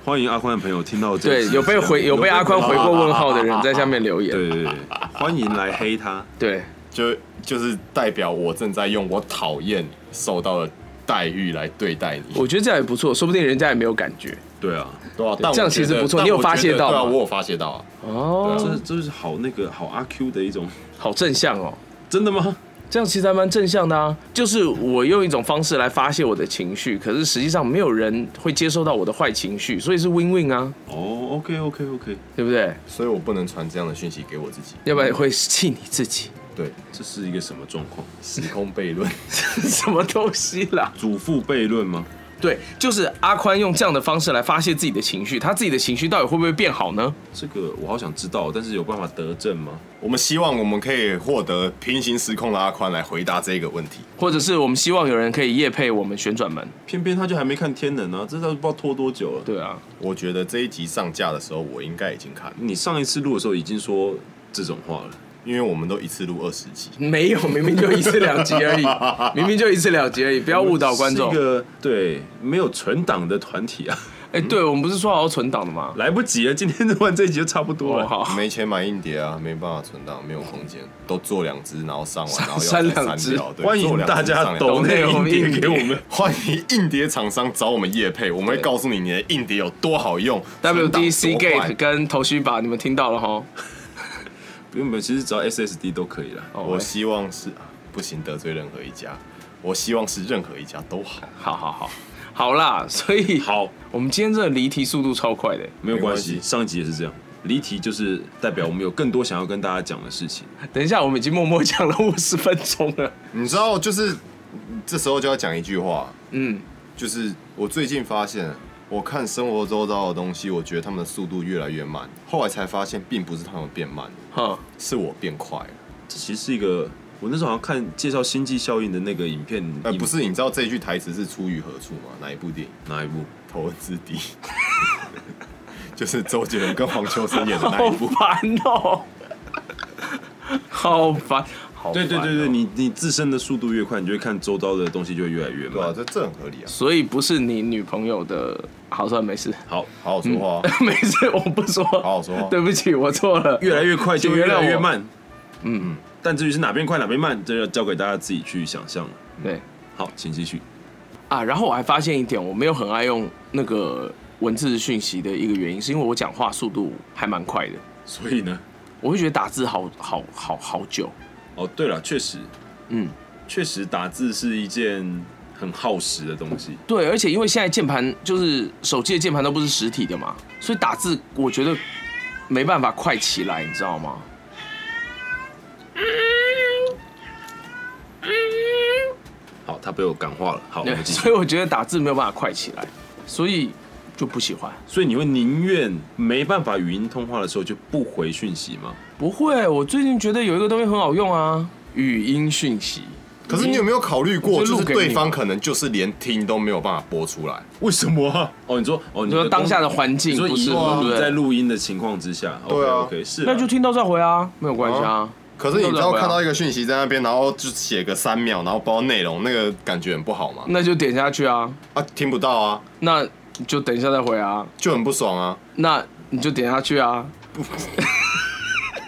欢迎阿宽的朋友听到这
对
一，集，
有被回有被阿宽回过问号的人在下面留 言，
对对对，欢迎来黑他。
对
就就是代表我正在用我讨厌受到的待遇来对待你。
我觉得这样也不错，说不定人家也没有感觉
对啊，
对啊，但我
这样其实
觉得
不错
但
你有
我觉
发泄
得
到
对啊，
吗
我有发泄到啊。
哦
这，这是好那个好阿 Q 的一种，
好正向哦。
真的吗？
这样其实还蛮正向的啊，就是我用一种方式来发泄我的情绪，可是实际上没有人会接收到我的坏情绪，所以是 win win 啊，
哦，OK OK OK，
对不对？
所以我不能传这样的讯息给我自己。
要不然会气你自己，
对，
这是一个什么状况？
时空悖论。
什么东西啦？
祖父悖论吗？
对，就是阿宽用这样的方式来发泄自己的情绪，他自己的情绪到底会不会变好呢？
这个我好想知道，但是有办法得证吗？
我们希望我们可以获得平行时空的阿宽来回答这个问题。
或者是我们希望有人可以夜配我们旋转门？
偏偏他就还没看天能啊，这他不知道拖多久了。
对啊，
我觉得这一集上架的时候，我应该已经看了，
你上一次录的时候已经说这种话了，
因为我们都一次录二十集。
没有，明明就一次两集 而已，明明就一次两集而已，不要误导观众
是一。个对没有存档的团体啊，
哎、对我们不是说好要存档的吗？
来不及了，今天录完这一集就差不多
哦，
了。
好。
没钱买硬碟啊，没办法存档，没有空间，都做两只，然后上完，然后要
删
再
两只
掉对
欢
做
迎
两只
大
上
家
两只
抖内硬碟给我们。
欢迎硬碟厂商找我们业配，我们会告诉你你的硬碟有多好用。
WDC
存档多快
Gate 跟头须把你们听到了哈。
不用不用，其实只要 SSD 都可以啦。
哦
我希望是啊不行得罪任何一家，我希望是任何一家都好。
好好好，好啦，所以
好，
我们今天这离题速度超快的。
没有关
没
系，
关
上一集也是这样。离题就是代表我们有更多想要跟大家讲的事情。
等一下，我们已经默默讲了五十分钟了。
你知道，就是这时候就要讲一句话，
嗯，
就是我最近发现，我看生活周遭的东西，我觉得他们的速度越来越慢。后来才发现，并不是他们变慢，
哈，
是我变快了。
这其实是一个，我那时候好像看介绍《星际效应》的那个影片，
呃，
影
不是，你知道这句台词是出于何处吗？哪一部电影？
哪一部？
头文字 D，就是周杰伦跟黄秋生演的那
好
一部。
烦哦，好烦，好
对对
烦
对对，
哦。
你你自身的速度越快，你就会看周遭的东西就会越来越
对啊
慢，。
这这很合理啊。
所以不是你女朋友的，好算了没事，
好，
好好说话啊，
没事，我不说。
好好说话
对不起，我错了。
越来越快就
请
越
原谅
来越
我
慢。嗯嗯，但至于是哪边快哪边慢，这要交给大家自己去想象了。
对
好，请继续。
啊，然后我还发现一点，我没有很爱用那个文字讯息的一个原因，是因为我讲话速度还蛮快的。
所以呢，
我会觉得打字好好好好久，
哦，对了，确实，
嗯，
确实打字是一件很耗时的东西。
对，而且因为现在键盘就是手机的键盘都不是实体的嘛，所以打字我觉得没办法快起来，你知道吗？
好，他被我感化了。 好，我 们继续
所以。我觉得打字没有办法快起来，所以就不喜欢。
所以你会宁愿没办法语音通话的时候就不回讯息吗？
不会，我最近觉得有一个东西很好用啊，语音讯息。
可是你有没有考虑过，
我就
就
录
是
给你
对方可能就是连听都没有办法播出来，
为什么啊？哦，你说哦，你
你说
的
当下的
工
环境
你说
不是
以
嘛对不
你
对
在录音的情况之下，
对啊
o k 是啊，
那就听到再回啊，没有关系啊。
可是你知
听到
道
再回啊
看到一个讯息在那边，然后就写个三秒，然后包内容，那个感觉很不好嘛？
那就点下去啊，
啊，听不到啊，
那就等一下再回啊，
就很不爽啊。
那你就点下去啊。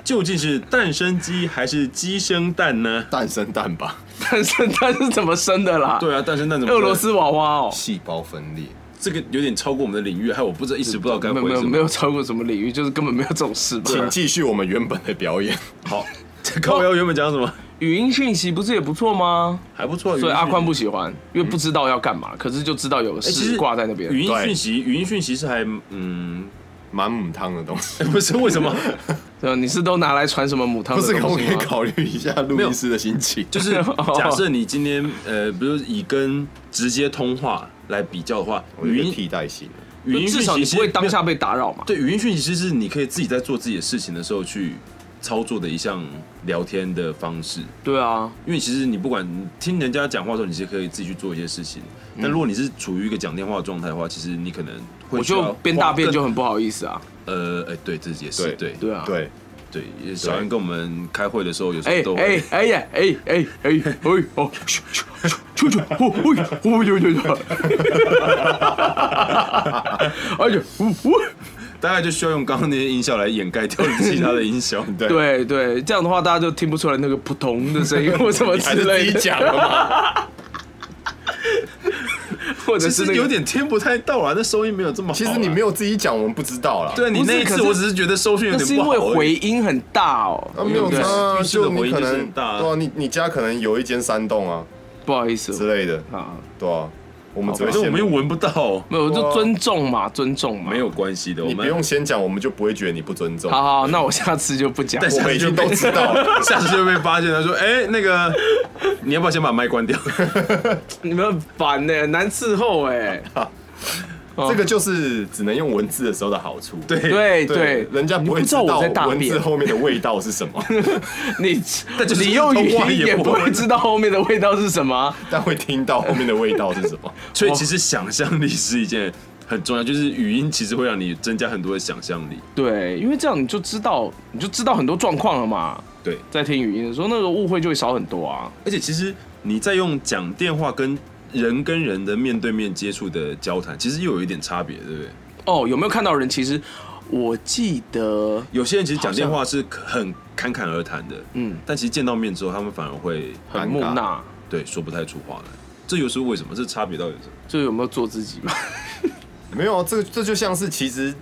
究竟是蛋生鸡还是鸡生蛋呢？
蛋生蛋吧，
但是它是怎么生的啦？，
对啊，蛋生蛋怎么办？
俄罗斯娃娃哦。
细胞分裂。
这个有点超过我们的领域，害我不知道一时不知道该
没
回
有没有
什么
没有超过什么领域，就是根本没有这种事
啊
啊吧。
请继续我们原本的表演。
好。这高瑶原本讲什么？
语音讯息不是也不错吗？
还不错啊，
所以
语音
阿
讯
宽
息
不喜欢，因为不知道要干嘛，可是就知道有个
哎其实
事挂在那边。
语音
对
讯息，语音讯息是还嗯，
满母汤的东 西，
不是为什 么？
对啊吧，你是都拿来传什么母汤
不
的
是可不
东
可
西
以
吗？
考虑一下录音师的心 情？
就是
哦
假设你今天呃，比如以跟直接通话来比较的话，
我有
语
一个
音
替代性，
语音
至
讯
少
息
你
是
不会当
没
下
有
被打扰嘛。
对语音讯息是你可以自己在做自己的事情的时候去操作的一项聊天的方式。
对啊，
因为其实你不管听人家讲话的时候，你是可以自己去做一些事情。
嗯
但如果你是处于一个讲电话的状态的话，其实你可能会
我
需要
就边大便
花
就
更
很不好意思啊。
呃，哎、对，这也是对
对
对啊，
对，
对。也小安跟我们开会的时候，有时
哎
候都会
哎哎呀哎哎哎哎哦，咻咻咻咻咻，哦哦哦呦呦呦，哎呀，呜呜。
大概就需要用刚刚那些音效来掩盖 掉其他的音效。对
对对，这样的话大家就听不出来那个扑通的声音或什么
你还
之
是自
类
己
的，
讲了 嘛？
或者
其
是
实
那
有
个。
点听不太到啊，那收音没有这么好啊。
其实你没有自己讲，我们不知道啦。
对你
不是
那一
可
次，
是
我只是觉得收讯有
那
点
是
不
因
好
为
而已
回音很大哦，
啊，没有
对
差啊，
浴室的
就
回
你
音就
可
是
能
很大啊
对啊，你你家可能有一间山洞啊
不好意思
之类的，
啊，
对啊，我们只会
反正我
先
们又闻不到，
没有，我就
哇
尊重嘛，尊重嘛，
没。有关系的。我
你
们
不用先讲，我们就不会觉得你不尊重。
好好，那我下次就不讲
但。
我
下
们
次
已
就
经都知道了，
下次就会被发现。他说：“哎、那个， 你要不要先把麦关掉
你们很烦呢、难伺候哎、
这个就是只能用文字的时候的好处。？”对。
对对，
人家
你不
会
知
知
道我在大
道文
便
字，后面的味道是什么，
你
但就是
你用语
通话
音
也
也
不
不会
会
知道后面的味道是什么啊。
但会听到后面的味道是什么。
所以其实想象力是一件很重要，就是语音其实会让你增加很多的想象力。
对，因为这样你就知道，你就知道很多状况了嘛。
对，
在听语音的时候，那个误会就会少很多啊。
而且其实你在用讲电话跟人跟人的面对面接触的交谈，其实又有一点差别，对不对？
哦，有没有看到人？其实我记得
有些人其实讲电话是很侃侃而谈的，
嗯
嗯，但其实见到面之后，他们反而会
很木
尴尬
讷，
对说不太出话来。这又是为什么？这差别到底是什么？
就有没有做自己嘛？
没有啊，这这就像是其实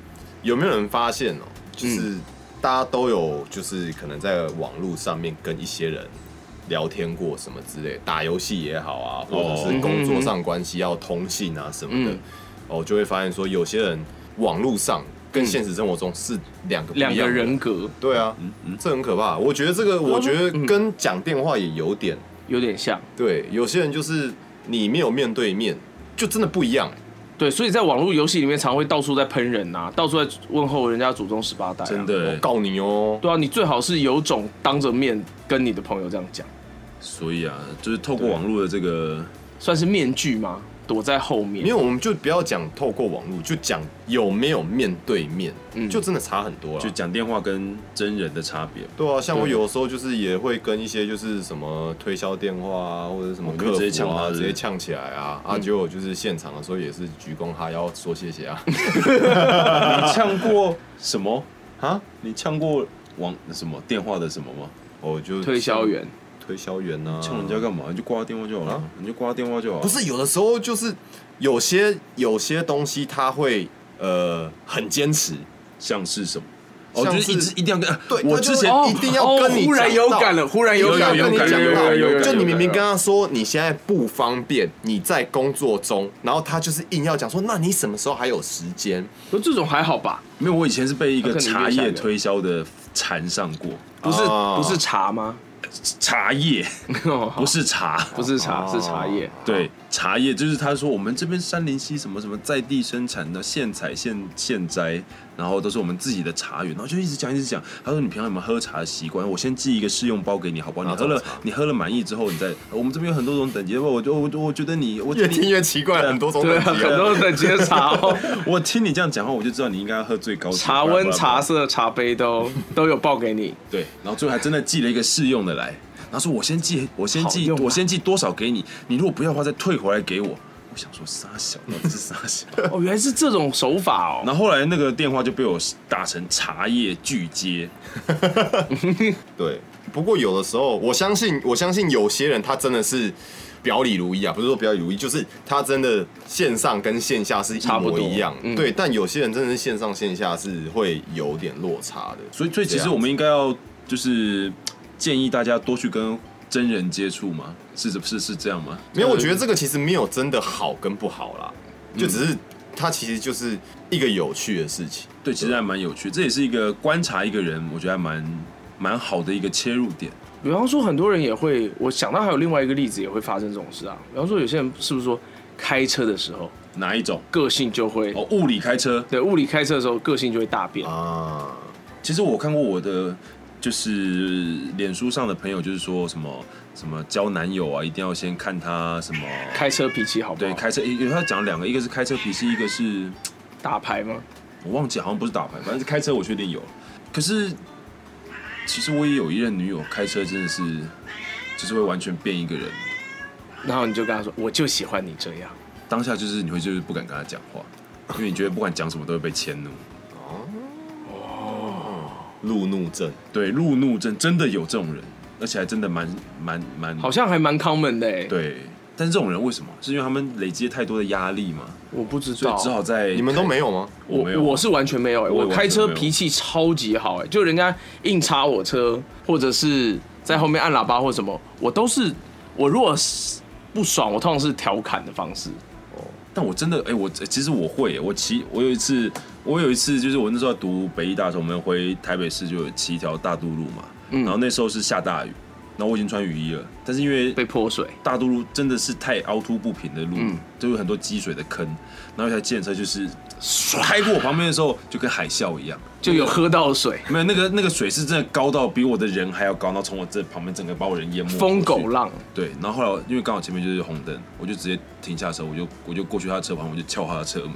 有没有人发现哦、
嗯
就是大家都有，就是可能在网络上面跟一些人聊天过什么之类，打游戏也好啊，或者是工作上关系要通信啊什么的
哦嗯，
哦，就会发现说有些人网络上跟现实生活中是两个不一样
两
的
个人。嗯格
对啊，这很可怕。我觉得这个，我觉得跟讲电话也有点
有点像，
对。有些人就是你没有面对面，就真的不一样。
对，所以在网络游戏里面，常会到处在喷人呐、到处在问候人家祖宗十八代、啊
真。
我
的，
告你哦，
对啊，你最好是有种当着面跟你的朋友这样讲，
所以啊，就是透过网络的这个
算是面具吗？躲在后
因为
面。
我们就不要讲透过网络，就讲有没有面对面，
嗯
就真的差很多了。
就讲电话跟真人的差别，
对啊，像我
对
有时候就是也会跟一些就是什么推销电话啊，或者什么
哦你
客
会直接
服
呛他
啊，
是不嗯
直
是
接呛起来啊，啊，结果就是现场的时候也是鞠躬哈腰说谢谢 啊
你呛过什么？
啊，
你呛过网什么电话的什么吗？
哦我就
推销员，
推销员啊，
呛人家干嘛？你就挂电话就好了
啊，
你就挂电话就好了。
不，是有的时候就是有些有些东西他会呃很坚持，
像是什么？哦，
像
就是一直一定要跟。
对
我
他就
之前
哦一定要跟你讲到
忽然有感了，忽然有感了，
有有有
有
感
有
有感有
有
感
就你明明跟他说你现在不方便，你在工作中，然后他就是硬要讲说，那你什么时候还有时间？
有这种还好吧？
没有，我以前是被一个
他可能
茶
越想
叶
越
推销的缠上过，
不是
哦
不是茶 吗？
茶叶不
不
是茶，
不是茶，是茶叶。
对，茶叶就是他说我们这边山林溪什么什么在地生产的，现采现现摘，然后都是我们自己的茶园，然后就一直讲一直讲。他说你平常有没有喝茶的习惯？我先寄一个试用包给你，好不好？你
哪种
喝
啊
了
茶
你喝了满意之后，你再我们这边有很多种等级，我就我就我觉得你我
越
你
听越奇怪，很多种
对
等
啊，
级
很
啊。
多等级的茶 哦，
我听你这样讲话，我就知道你应该要喝最高级
茶温、茶色、茶杯 都都有报给你。
对，然后最后还真的寄了一个试用的来，然后说我先寄，我先
好
寄，
用啊
我先寄多少给你，你如果不要的话再退回来给我。我想说傻小，到底是傻小。
哦，原来是这种手法哦。
然后后来那个电话就被我打成茶叶拒接，
对，不过有的时候，我相信，我相信有些人他真的是表里如一啊，不是说表里如一，就是他真的线上跟线下是一
差不
模
多
一样。
嗯
对，但有些人真的是线上线下是会有点落差的。啊
所以所以其
这
实
样
我们应该要就是建议大家多去跟真人接触嘛，是是是是这样吗？
没有，我觉得这个其实没有真的好跟不好啦，就只是它其实就是一个有趣的事情。
对，其实还蛮有趣，这也是一个观察一个人，我觉得还蛮蛮好的一个切入点。
比方说，很多人也会，我想到还有另外一个例子也会发生这种事啊。比方说，有些人是不是说开车的时候
哪一种？
个性就会，
哦，物理开车，
啊对，物理开车的时候个性就会大变。
啊，
其实我看过我的就是脸书上的朋友，就是说什么什么交男友啊，一定要先看他什么
开车脾气好不
对
好？
开车，有他讲两个，一个是开车脾气，一个是
打牌吗？
我忘记好像不是打牌，反正是开车我确定有。可是其实我也有一任女友，开车真的是就是会完全变一个人，
然后你就跟他说，我就喜欢你这样。
当下就是你会就是不敢跟她讲话，因为你觉得不管讲什么都会被迁怒。
路怒症，
对，路怒症真的有这种人，而且还真的蛮蛮蛮
好像还蛮 common 的哎，
对。但是这种人为什么？是因为他们累积了太多的压力嘛，
我不知
所
道，
以只好在
你们都没有吗？
我没有啊
我我是完全没有、
我
欸，
也
我
完全
开车
没有
脾气超级好、欸，就人家硬插我车，或者是在后面按喇叭或什么，我都是我如果是不爽，我通常是调侃的方式。
但我真的，哎、我其实我会，我骑，我有一次，我有一次就是我那时候读北医大的时候，我们回台北市就有骑一条大渡路嘛，
嗯
然后那时候是下大雨，然后我已经穿雨衣了，但是因为
被嗯泼水，
大渡路真的是太凹凸不平的路，就有很多积水的坑，然后一台建车就是开过我旁边的时候，就跟海啸一样，
就有喝到水，
没有那个那个水是真的高到比我的人还要高，然后从我这旁边整个把我人淹没过去，
疯狗浪，
对，然后后来因为刚好前面就是红灯，我就直接停下车，我就我就过去他的车旁，我就撬他的车门，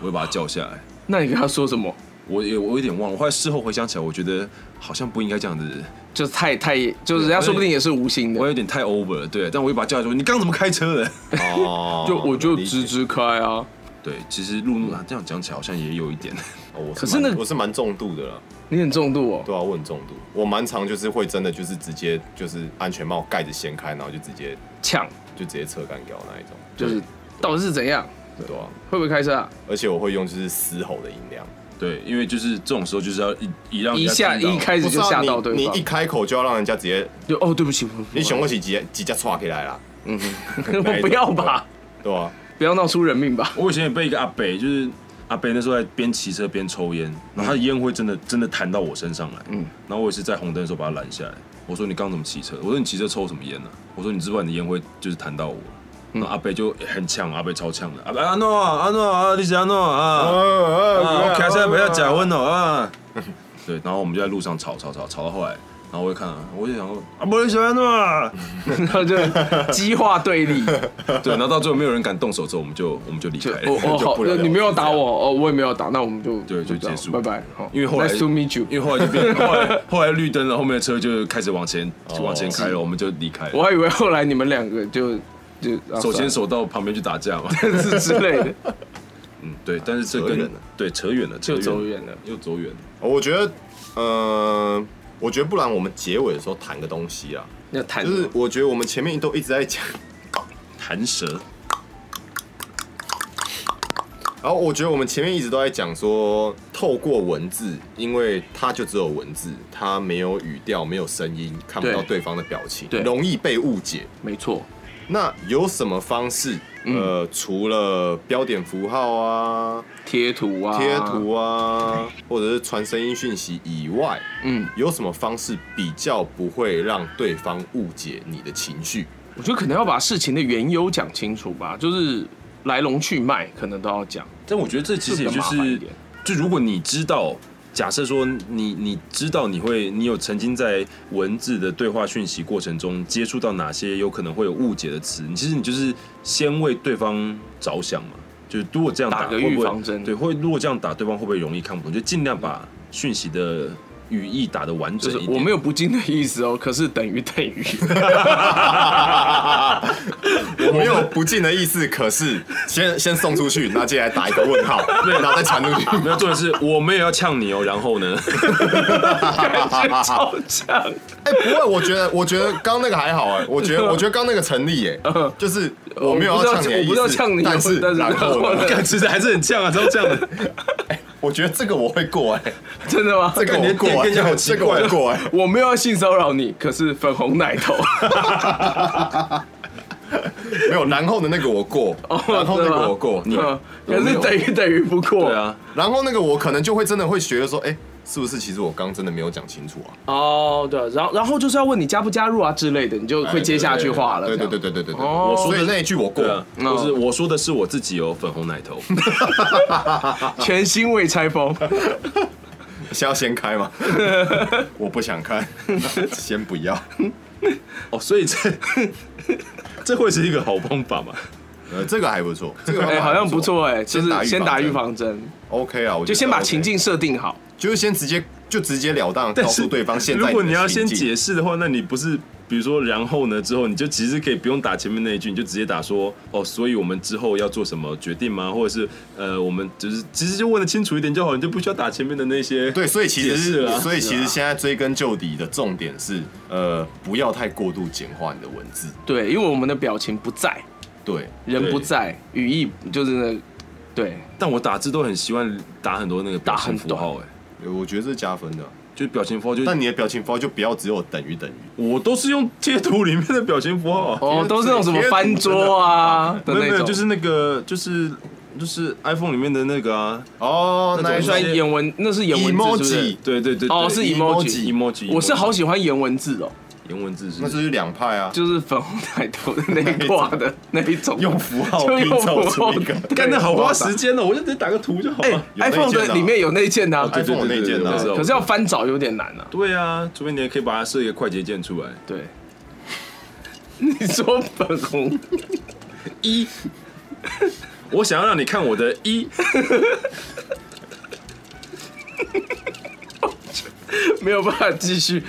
我就把他叫下来。
那你跟他说什么？
我也我有点忘了，我后来事后回想起来，我觉得好像不应该这样子，
就是太太，就是人家说不定也是无心
我
的。
有点太 over 了。对，但我又把他叫来说：“你刚刚怎么开车的
哦
就我就
理解
直直开啊，？”
对，其实路怒啊，这样讲起来好像也有一点。
哦我
可
可
是那
我是蛮重度的啦，
你很重度哦、
对啊，我很重度，我蛮常就是会真的就是直接就是安全帽盖子掀开，然后就直接
呛
就直接车干掉那一种，
就是到底是怎样？
对啊，
会不会开车啊？
而且我会用就是嘶吼的音量，
对，因为就是这种时候就是要一一让人
一
家
下
听到
一开始
不是
就
啊
吓
你
到对
你
方
一，开口就要让人家直接，
就哦对不起，
你想过起几几架刷起来啦，
我不要吧，
对啊，
不要闹出人 命吧。
我以前也被一个阿北，就是阿北那时候在边骑车边抽烟，然后他的烟灰真的真的弹到我身上来，嗯，然后我也是在红灯的时候把他拦下来，我说你刚刚怎么骑车？我说你骑车抽什么烟呢、啊我说你知不知道你的烟灰就是弹到我？然后阿北就很呛，阿北超呛的，阿北阿诺啊阿诺啊，你是阿诺
呃
啊，啊我开车不要假婚哦啊， 对，然后我们就在路上吵吵吵吵到后来，然后我就看，我就想说啊，不是阿诺啊，
然后就激化对立，
对，然后到最后没有人敢动手之后，我们就我们就离
就哦
开了，
我我
就
好
不了，了
你
之
没有打
这样
我，哦，我也没有打，那我们就
对就结束
拜拜。好
因为后来
nice to meet you，
因为后来就 变，后来后来绿灯了，后面的车就开始往前往前开了，哦我们就离开
我
了，
还以为后来你们两个就就啊
手牵手到旁边去打架嘛。
算了 是之类的，
嗯，对，但是这跟
扯远了
对扯远了，扯
就走
远
远了。
又走远了。
我觉得，呃，我觉得不然我们结尾的时候谈个东西啊，
要谈
就是我觉得我们前面都一直在讲，
弹舌，
然后我觉得我们前面一直都在讲说，透过文字，因为它就只有文字，它没有语调，没有声音，看不到
对
对方的表情，
对
容易被误解。
没错，
那有什么方式？
嗯
呃，除了标点符号啊、
贴图啊，
贴，图啊，或者是传声音讯息以外，
嗯，
有什么方式比较不会让对方误解你的情 绪？
我觉得可能要把事情的缘由讲清楚吧，就是来龙去脉可能都要讲。
但我觉得这其实也就
这比较麻烦一
是
点，
就如果你知道，假设说你你知道你会，你有曾经在文字的对话讯息过程中接触到哪些有可能会有误解的词，你其实你就是先为对方着想嘛。就是如果这样打
打个
会不会
预防针
对，会如果这样打对方会不会容易看不懂？就尽量把讯息的语义打得完
就
整
是
一点。
我没有不敬的意思哦，可是等于等于，
我没有不敬的意思，可是先 先送出去，那接下来打一个问号，然后再传 出去。
没有重点 是我没有要呛你哦，然后呢？
感觉超像。
哎、不会，我觉得我觉得刚那个还好哎、我 觉得我觉得刚那个成立 哎、就是我没有要呛你的意思，
我不是要呛 你
但是
但是
然后呢
然后呢
干其实还是很呛啊，超呛的。
我觉得这个我会过哎、
真的吗？
这个我过、
干你的点更加
哎，
好
这
奇
个我
怪
会过哎、
我没有要性骚扰你，可是粉红奶 头，
没有，然后的那个我 过，然后那个我 过，
真
你
的吗嗯可是等于等于不过，
对，啊，
然后那个我可能就会真的会学得说，哎、是不是其实我刚真的没有讲清楚啊？
哦，对，然后然后就是要问你加不加入啊之类的，你就会接下句话了。
对对
这
对
样，
对对对对，
哦
我说的那一句我过
对，啊，
嗯
就是我说的是我自
啊
己哦，粉红奶头。
全新未拆封，
是要先开吗？我不想看，先不要。
哦，所以这这会是一个好方法嘛？
呃，这个还不错，这个
哎、
方法
好像不错哎、就
先
是先打预
针
防针，
OK 啊，我觉得
就先把
OK
情，境设定好。
就是先直接就直截了当告诉对方现在
如
的
果你要
情
先
境
解释的话，那你不是比如说然后呢之后，你就其实可以不用打前面那一句，你就直接打说哦，所以我们之后要做什么决定吗？或者是呃，我们就是其实就问的清楚一点就好，你就不需要打前面的那些
对，所以其实
解释
是，
了啊
所以其实现在追根究底的重点是，呃，不要太过度简化你的文字。
对，因为我们的表情不在，
对，
人
对
不在，语义就是那对
但我打字都很习惯打很多那个表情符号、哎，
我觉得这是加分的。
就表情符号就，
但你的表情包就不要只有等于等于，
我都是用贴图里面的表情符号，
哦，都是那种什么翻桌啊的
没有没
那
有，
种，
就是那个就是就是 iPhone 里面的那个啊，
哦，
那
那
种
一
虽
算
是
然颜文那是颜文字是不是
Emoji
对对对，
哦，
对
是
emoji
emoji
emoji，
我是
emoji
好喜欢颜文字哦，
颜文字是
那就是两派啊，
就是粉红奶头的那一挂的那一种，
用符号
就
拼
用
凑
符号
出一个，
干那好花时间哦，我就直接打个图就好了。
有内
哎 iPhone
建
的
的啊
里面有内建的啊，
对 iPhone 有内建的啊
我知道
可是要翻找有点难啊。
对啊，除非你也可以把它设一个快捷键出来。
对， 你说粉红
一，我想要让你看我的一，
没有办法继续，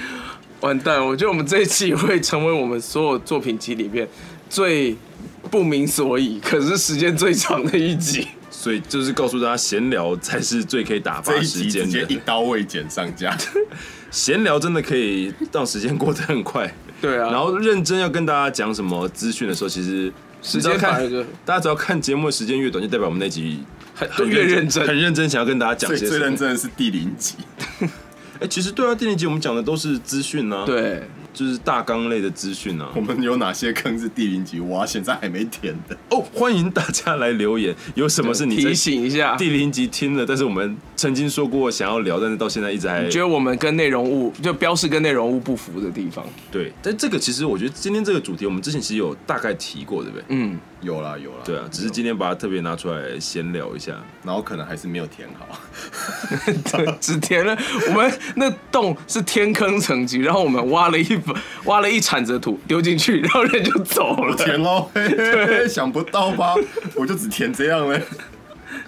完蛋！我觉得我们这一期会成为我们所有作品集里面最不明所以，可是时间最长的一集。
所以就是告诉大家，闲聊才是最可以打
这
发
一
时
集直
间
接一
的。
刀未剪上架，
闲聊真的可以让时间过得很快。
对啊，
然后认真要跟大家讲什么资讯的时候，其实
时
你只要
间
看
反而就
大家只要看节目的时间越短，就代表我们那集
很都越认真，
很认真想要跟大家讲
最
些
最
什
认
么。
真的是第零集，
哎，其实对啊，第零集我们讲的都是资讯啊，，
对，
就是大纲类的资讯啊。
我们有哪些坑是第零集挖，现在还没填的？
哦，欢迎大家来留言，有什么是你
提
在
醒一啊下，
第零集听了，但是我们曾经说过想要聊，但是到现在一直还
觉得我们跟内容物就标示跟内容物不符的地方，
对。但这个其实我觉得今天这个主题，我们之前其实有大概提过，对不对？
嗯，
有啦有啦，
对啊，只是今天把它特别拿出来闲聊一下。
然后可能还是没有填好，
对只填了我们那洞是天坑层级，然后我们挖了一把 挖了一铲子的土丢进去，然后人就走
我
了，
填喽，嘿嘿嘿 想不到吧？我就只填这样嘞。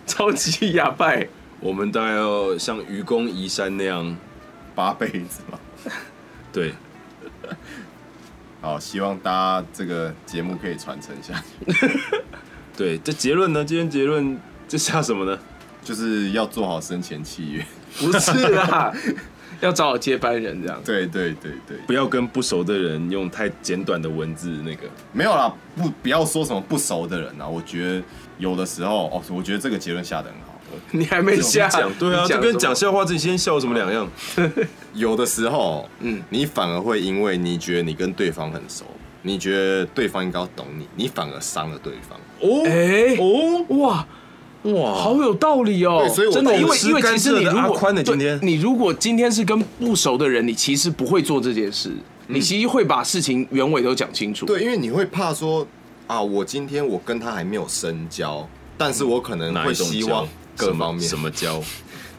超级哑巴。欸
我们大概要像愚公移山那样，
八辈子嘛。
对，
好，希望大家这个节目可以传承下去，
对，这结论呢？今天结论这下什么呢？
就是要做好生前契约。
不是啦， 要找我接班人这样。
对对对对，
不要跟不熟的人用太简短的文字，那个
没有啦，不不要说什么不熟的人啊，我觉得有的时候哦，我觉得这个结论下的很好。
你还没下，
讲对啊，
你
就跟
什么
讲笑话自己先笑有什么两样？
有的时候，嗯，你反而会因为你觉得你跟对方很熟，你觉得对方应该要懂你，你反而伤了对方。
哦，
哎
哦，
哇，
哇，
好有道理哦。
对所以我
真的，因为
吃
因为其
甘
实
蔗
你
的
如
阿
果
宽呢
对
今天
你如果今天是跟不熟的人，你其实不会做这件事，
嗯
你其实会把事情原委都讲清楚。
对，因为你会怕说啊，我今天我跟他还没有深交，但是我可能
嗯哪
会
一种
希
胶
望？各
什么
方面
什么胶？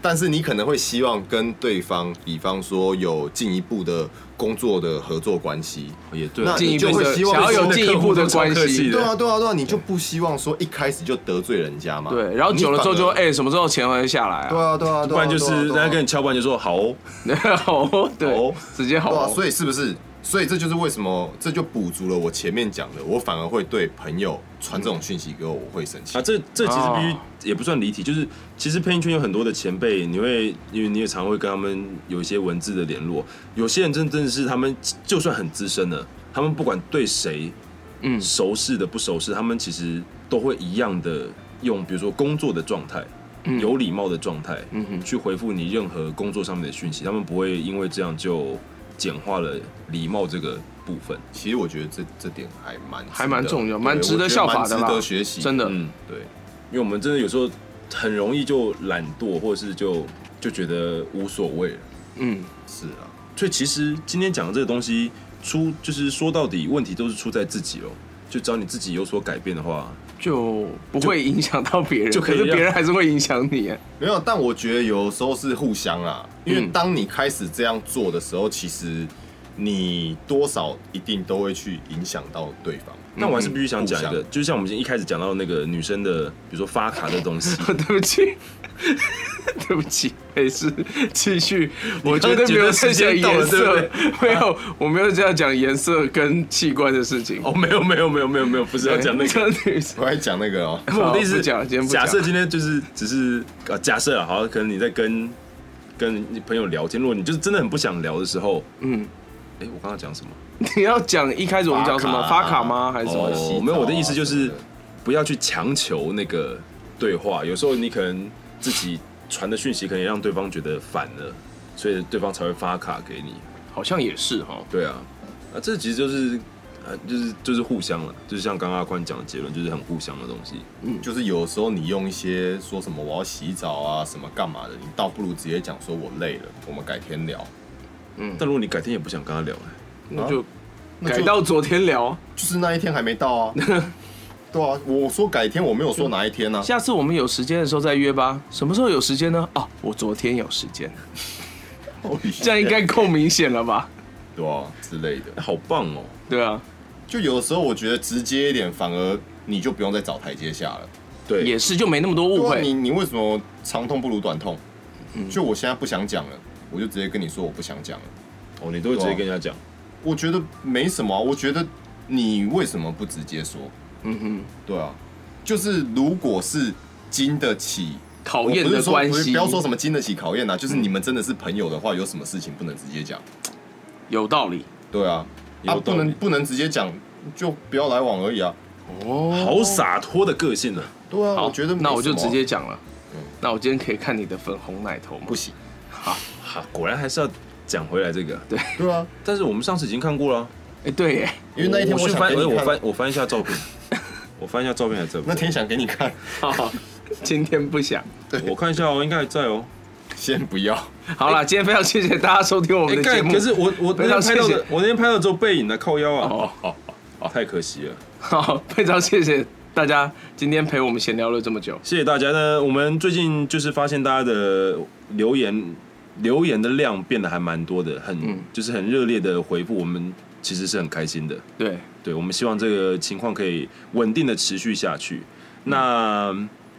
但是你可能会希望跟对方，比方说有进一步的工作的合作关系。
也对，啊
那
进一
你就
步
会
的
希望
想要有
说
进一步的关
客气
系，
的
对啊，对啊，对啊，你就不希望说一开始就得罪人家嘛。
对，然后久了之后就
你反而
哎，什么时候钱会下来
对
啊？
啊，对啊，对啊，
不然就是人
对啊
家跟你敲板就说好哦，
好，哦对
好，
直接好
对啊，
哦。
所以是不是？所以这就是为什么，这就补足了我前面讲的，我反而会对朋友传这种讯息给我，我会生气
啊，。
嗯
这这其实必
哦
须也不算离题，就是其实配音圈有很多的前辈，你会因为你也常会跟他们有一些文字的联络，有些人真真的是他们就算很资深了，他们不管对谁，
嗯
熟识的不熟识，他们其实都会一样的用，比如说工作的状态。有礼貌的状态，嗯
嗯哼
去回复你任何工作上面的讯息，他们不会因为这样就简化了礼貌这个部分。
其实我觉得这这点还蛮值得
还蛮重要，
对
蛮值
我觉
得
得
效法的
蛮
啦，
值得学习。
真的。
嗯，
对，
因为我们真的有时候很容易就懒惰，或者是就就觉得无所谓了。
嗯，
是啊，
所以其实今天讲的这个东西，出就是说到底，问题都是出在自己哦。就只要你自己有所改变的话，
嗯就不会影响到别人，
就
可
可以啊
是
让
别人还是会影响你啊。
没有，但我觉得有时候是互相啦，因
嗯
为当你开始这样做的时候，其实你多少一定都会去影响到对方。
那我还是必须想讲一
互
个，
相
就是像我们一开始讲到那个女生的，比如说发卡的东西，
对不起， 对不起，没事，继续。我
刚刚
绝对没有
觉
在
得时
讲
间到
颜
了
色
对，
没有，我没有这样讲颜色跟器官的事情。
哦，没有没有没有没有没有，不是
哎
要 讲那个。
个，
我还讲那个哦、
不我的意
好
思
不讲了今天不讲
假设今天就是只是呃，假设啊，好，可能你在跟跟你朋友聊天，如果你就是真的很不想聊的时候，
嗯，
哎，我刚刚讲什么？
你要讲一开始我们讲什么
发
发
卡
卡吗？还是什么？
洗澡
哦
啊，
没有，我的意思就
什么
是
的
不要去强求那个对话。有时候你可能自己传的讯息，可能也让对方觉得烦了，所以对方才会发卡给你。
好像也是哈。
对啊，啊，这其实就是呃，就是就是互相了，就是像刚刚阿宽讲的结论，就是很互相的东西。
嗯就是有时候你用一些说什么我要洗澡啊，什么干嘛的，你倒不如直接讲说我累了，我们改天聊。
但如果你改天也不想跟他聊，哎
那就
那就
改到昨天聊。啊
就是那一天还没到 啊。对啊，我说改天，我没有说哪一天啊。
下次我们有时间的时候再约吧。什么时候有时间呢？哦，我昨天有时间，这样应该够明显了吧？
对啊之类的。
哎好棒哦！
对啊，
就有的时候我觉得直接一点，反而你就不用再找台阶下了。
对，
也是就没那么多误
对啊，
会嗯
你。你为什么长痛不如短痛？就我现在不想讲了，我就直接跟你说我不想讲了。
哦，你都会直接跟人家讲，
我觉得没什么啊、我觉得你为什么不直接说？
嗯哼，
对啊，就是如果是经得起
考验的关
我不是说不是
系。嗯
不要说什么经得起考验啊，就是你们真的是朋友的话，有什么事情不能直接讲？
有道理
对啊，啊
有道
不
理
能不能直接讲，就不要来往而已啊。
哦。
好洒脱的个性呢、啊。
对啊，
好，
我觉得没
那我就
什么啊
直接讲了。那我今天可以看你的粉红奶头吗
不？行。
哈，果然还是要讲回来这个。对，
对啊，
但是我们上次已经看过了啊、
哎，对耶，
因为那一天
我去
想
翻，
给
哎
你
我
看，
翻我翻一下 照片，我翻一下照片还在不
那
在？
天想给你看，
好，今天不想。
我看一下哦，应该还在哦。
先不要。
好
哎
了，今天非常谢谢大家收听我们的节
哎干
目。
可是我我
非
那天
常谢
拍到
谢
的，我那天拍到之后背影的靠腰
哦
啊，太可惜了。
好，非常谢谢大家今天陪我们闲聊了这么久。
谢谢大家呢。我们最近就是发现大家的留言留言的量变得还蛮多的，很、
嗯
就是很热烈的回复，我们其实是很开心的。
对，
对，我们希望这个情况可以稳定的持续下去。
嗯
那、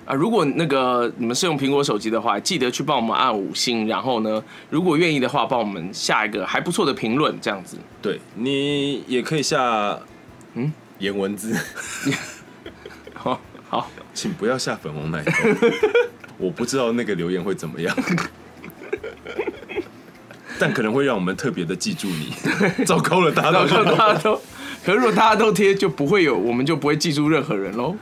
啊，如果那个你们是用苹果手机的话，记得去帮我们按五星，然后呢，如果愿意的话，帮我们下一个还不错的评论，这样子。
对你也可以下，
嗯
颜文字，
好，好，
请不要下粉红 奶头。我不知道那个留言会怎么样，但可能会让我们特别的记住 你。糟糕了，大家
那
都
我
知道
看大家都，可是如果大家都贴，就不会有，我们就不会记住任何人喽。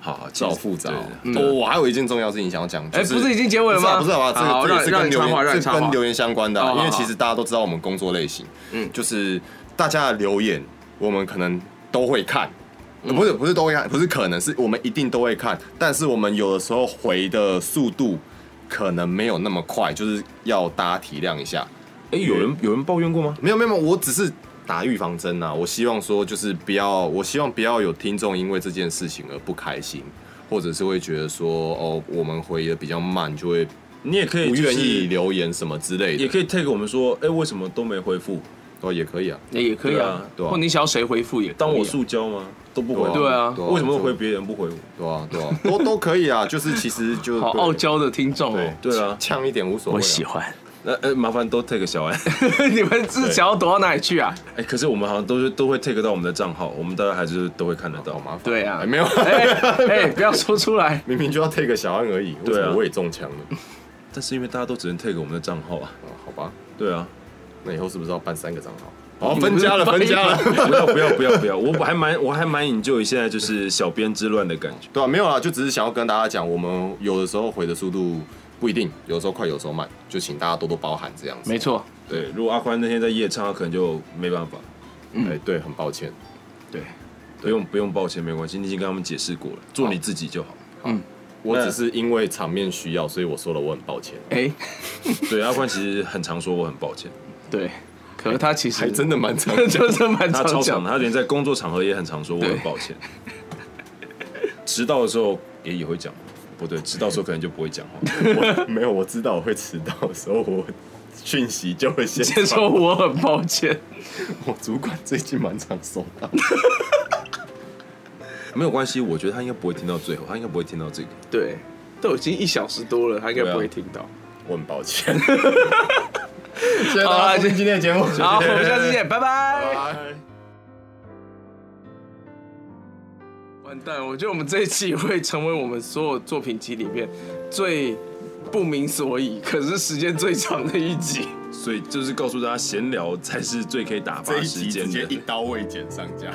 好，
照
造
复杂
对
哦。哦，我还有一件重要事情想要讲，
嗯哎、
就
不是已经结尾了
不是啊
吗？
不是啊，这
好
个
让
这
让
个
你
是跟
插
留
话，
言
让你
是
插话
跟。留言相关的
哦
啊，
好
因为其实大家都知道我们工作类型，嗯，就是大家的留言我们可能都会看。
嗯
呃不是不是都会看，不是可能是我们一定都会看，但是我们有的时候回的速度可能没有那么快，就是要大家体谅一下。
哎，有人有人抱怨过吗？
没有没有，没有我只是打预防针啊。我希望说就是不要，我希望不要有听众因为这件事情而不开心，或者是会觉得说哦，我们回的比较慢，就会
你也可以
不
就是
愿意留言什么之类的。
也可以 tag 我们说，哎、为什么都没回复？
哦，也可以啊。
也可以啊，
对啊对啊
或你想要谁回复也可以啊
当我塑胶吗？都不回，
对啊
为什么都回？别人不回我？
对啊，对啊， 都都可以啊。就是其实就
好
对
傲娇的听众
对
哦，
对啊
呛一点无所谓啊。
我喜欢。
那呃，麻烦都 tag 小安。
你们是想要躲到哪里去啊？
哎、可是我们好像都是都会 tag 到我们的账号，我们大家还是都会看得
好
到。
麻烦。
对啊
哎没有，
哎哎，不要说出 来。
明明就要 take 小安而已，为
对
什
啊
么我也中枪了？
但是因为大家都只能 tag 我们的账号啊。
哦好吧，
对啊，
那以后是不是要办三个账号？好，哦分家了，分家了。
不 要不要不要不要，我还蛮我还蛮 enjoy 现在就是小编之乱的感觉。
对啊，没有啦，就只是想要跟大家讲，我们有的时候回的速度不一定，有时候快，有时候慢，就请大家多多包涵这样子。
没错，
对，如果阿宽那天在夜唱，他可能就没办法。
哎、对，很抱歉。
对，
不用不用，抱歉，没关系，你已经跟他们解释过了，做你自己就好。
我
那
只是因为场面需要，所以我说了我很抱歉。
哎，
对，阿宽其实很常说我很抱歉。
对，可是他其实
还真的蛮 长的
就是蛮
他
常
超
讲
常的，
的。
他连在工作场合也很常说我
对
很抱歉。迟到的时候也也会讲，不对，迟到的时候可能就不会讲话。
我没有，我知道我会迟到的时候，我讯息就会先
先
传
说我很抱歉，
我主管最近蛮常收到，
没有关系，我觉得他应该不会听到最后，他应该不会听到这个。
对，都已经一小时多了，他应该
对啊
不会听到。
我很抱 歉。谢谢大家收听今天的节目，
好，我们下次见，拜拜。
拜。
完蛋，我觉得我们这一期会成为我们所有作品集里面最不明所以，可是时间最长的一集。
所以就是告诉大家，闲聊才是最可以打发
这一
时
集直
间
接
的。
一刀未剪上架。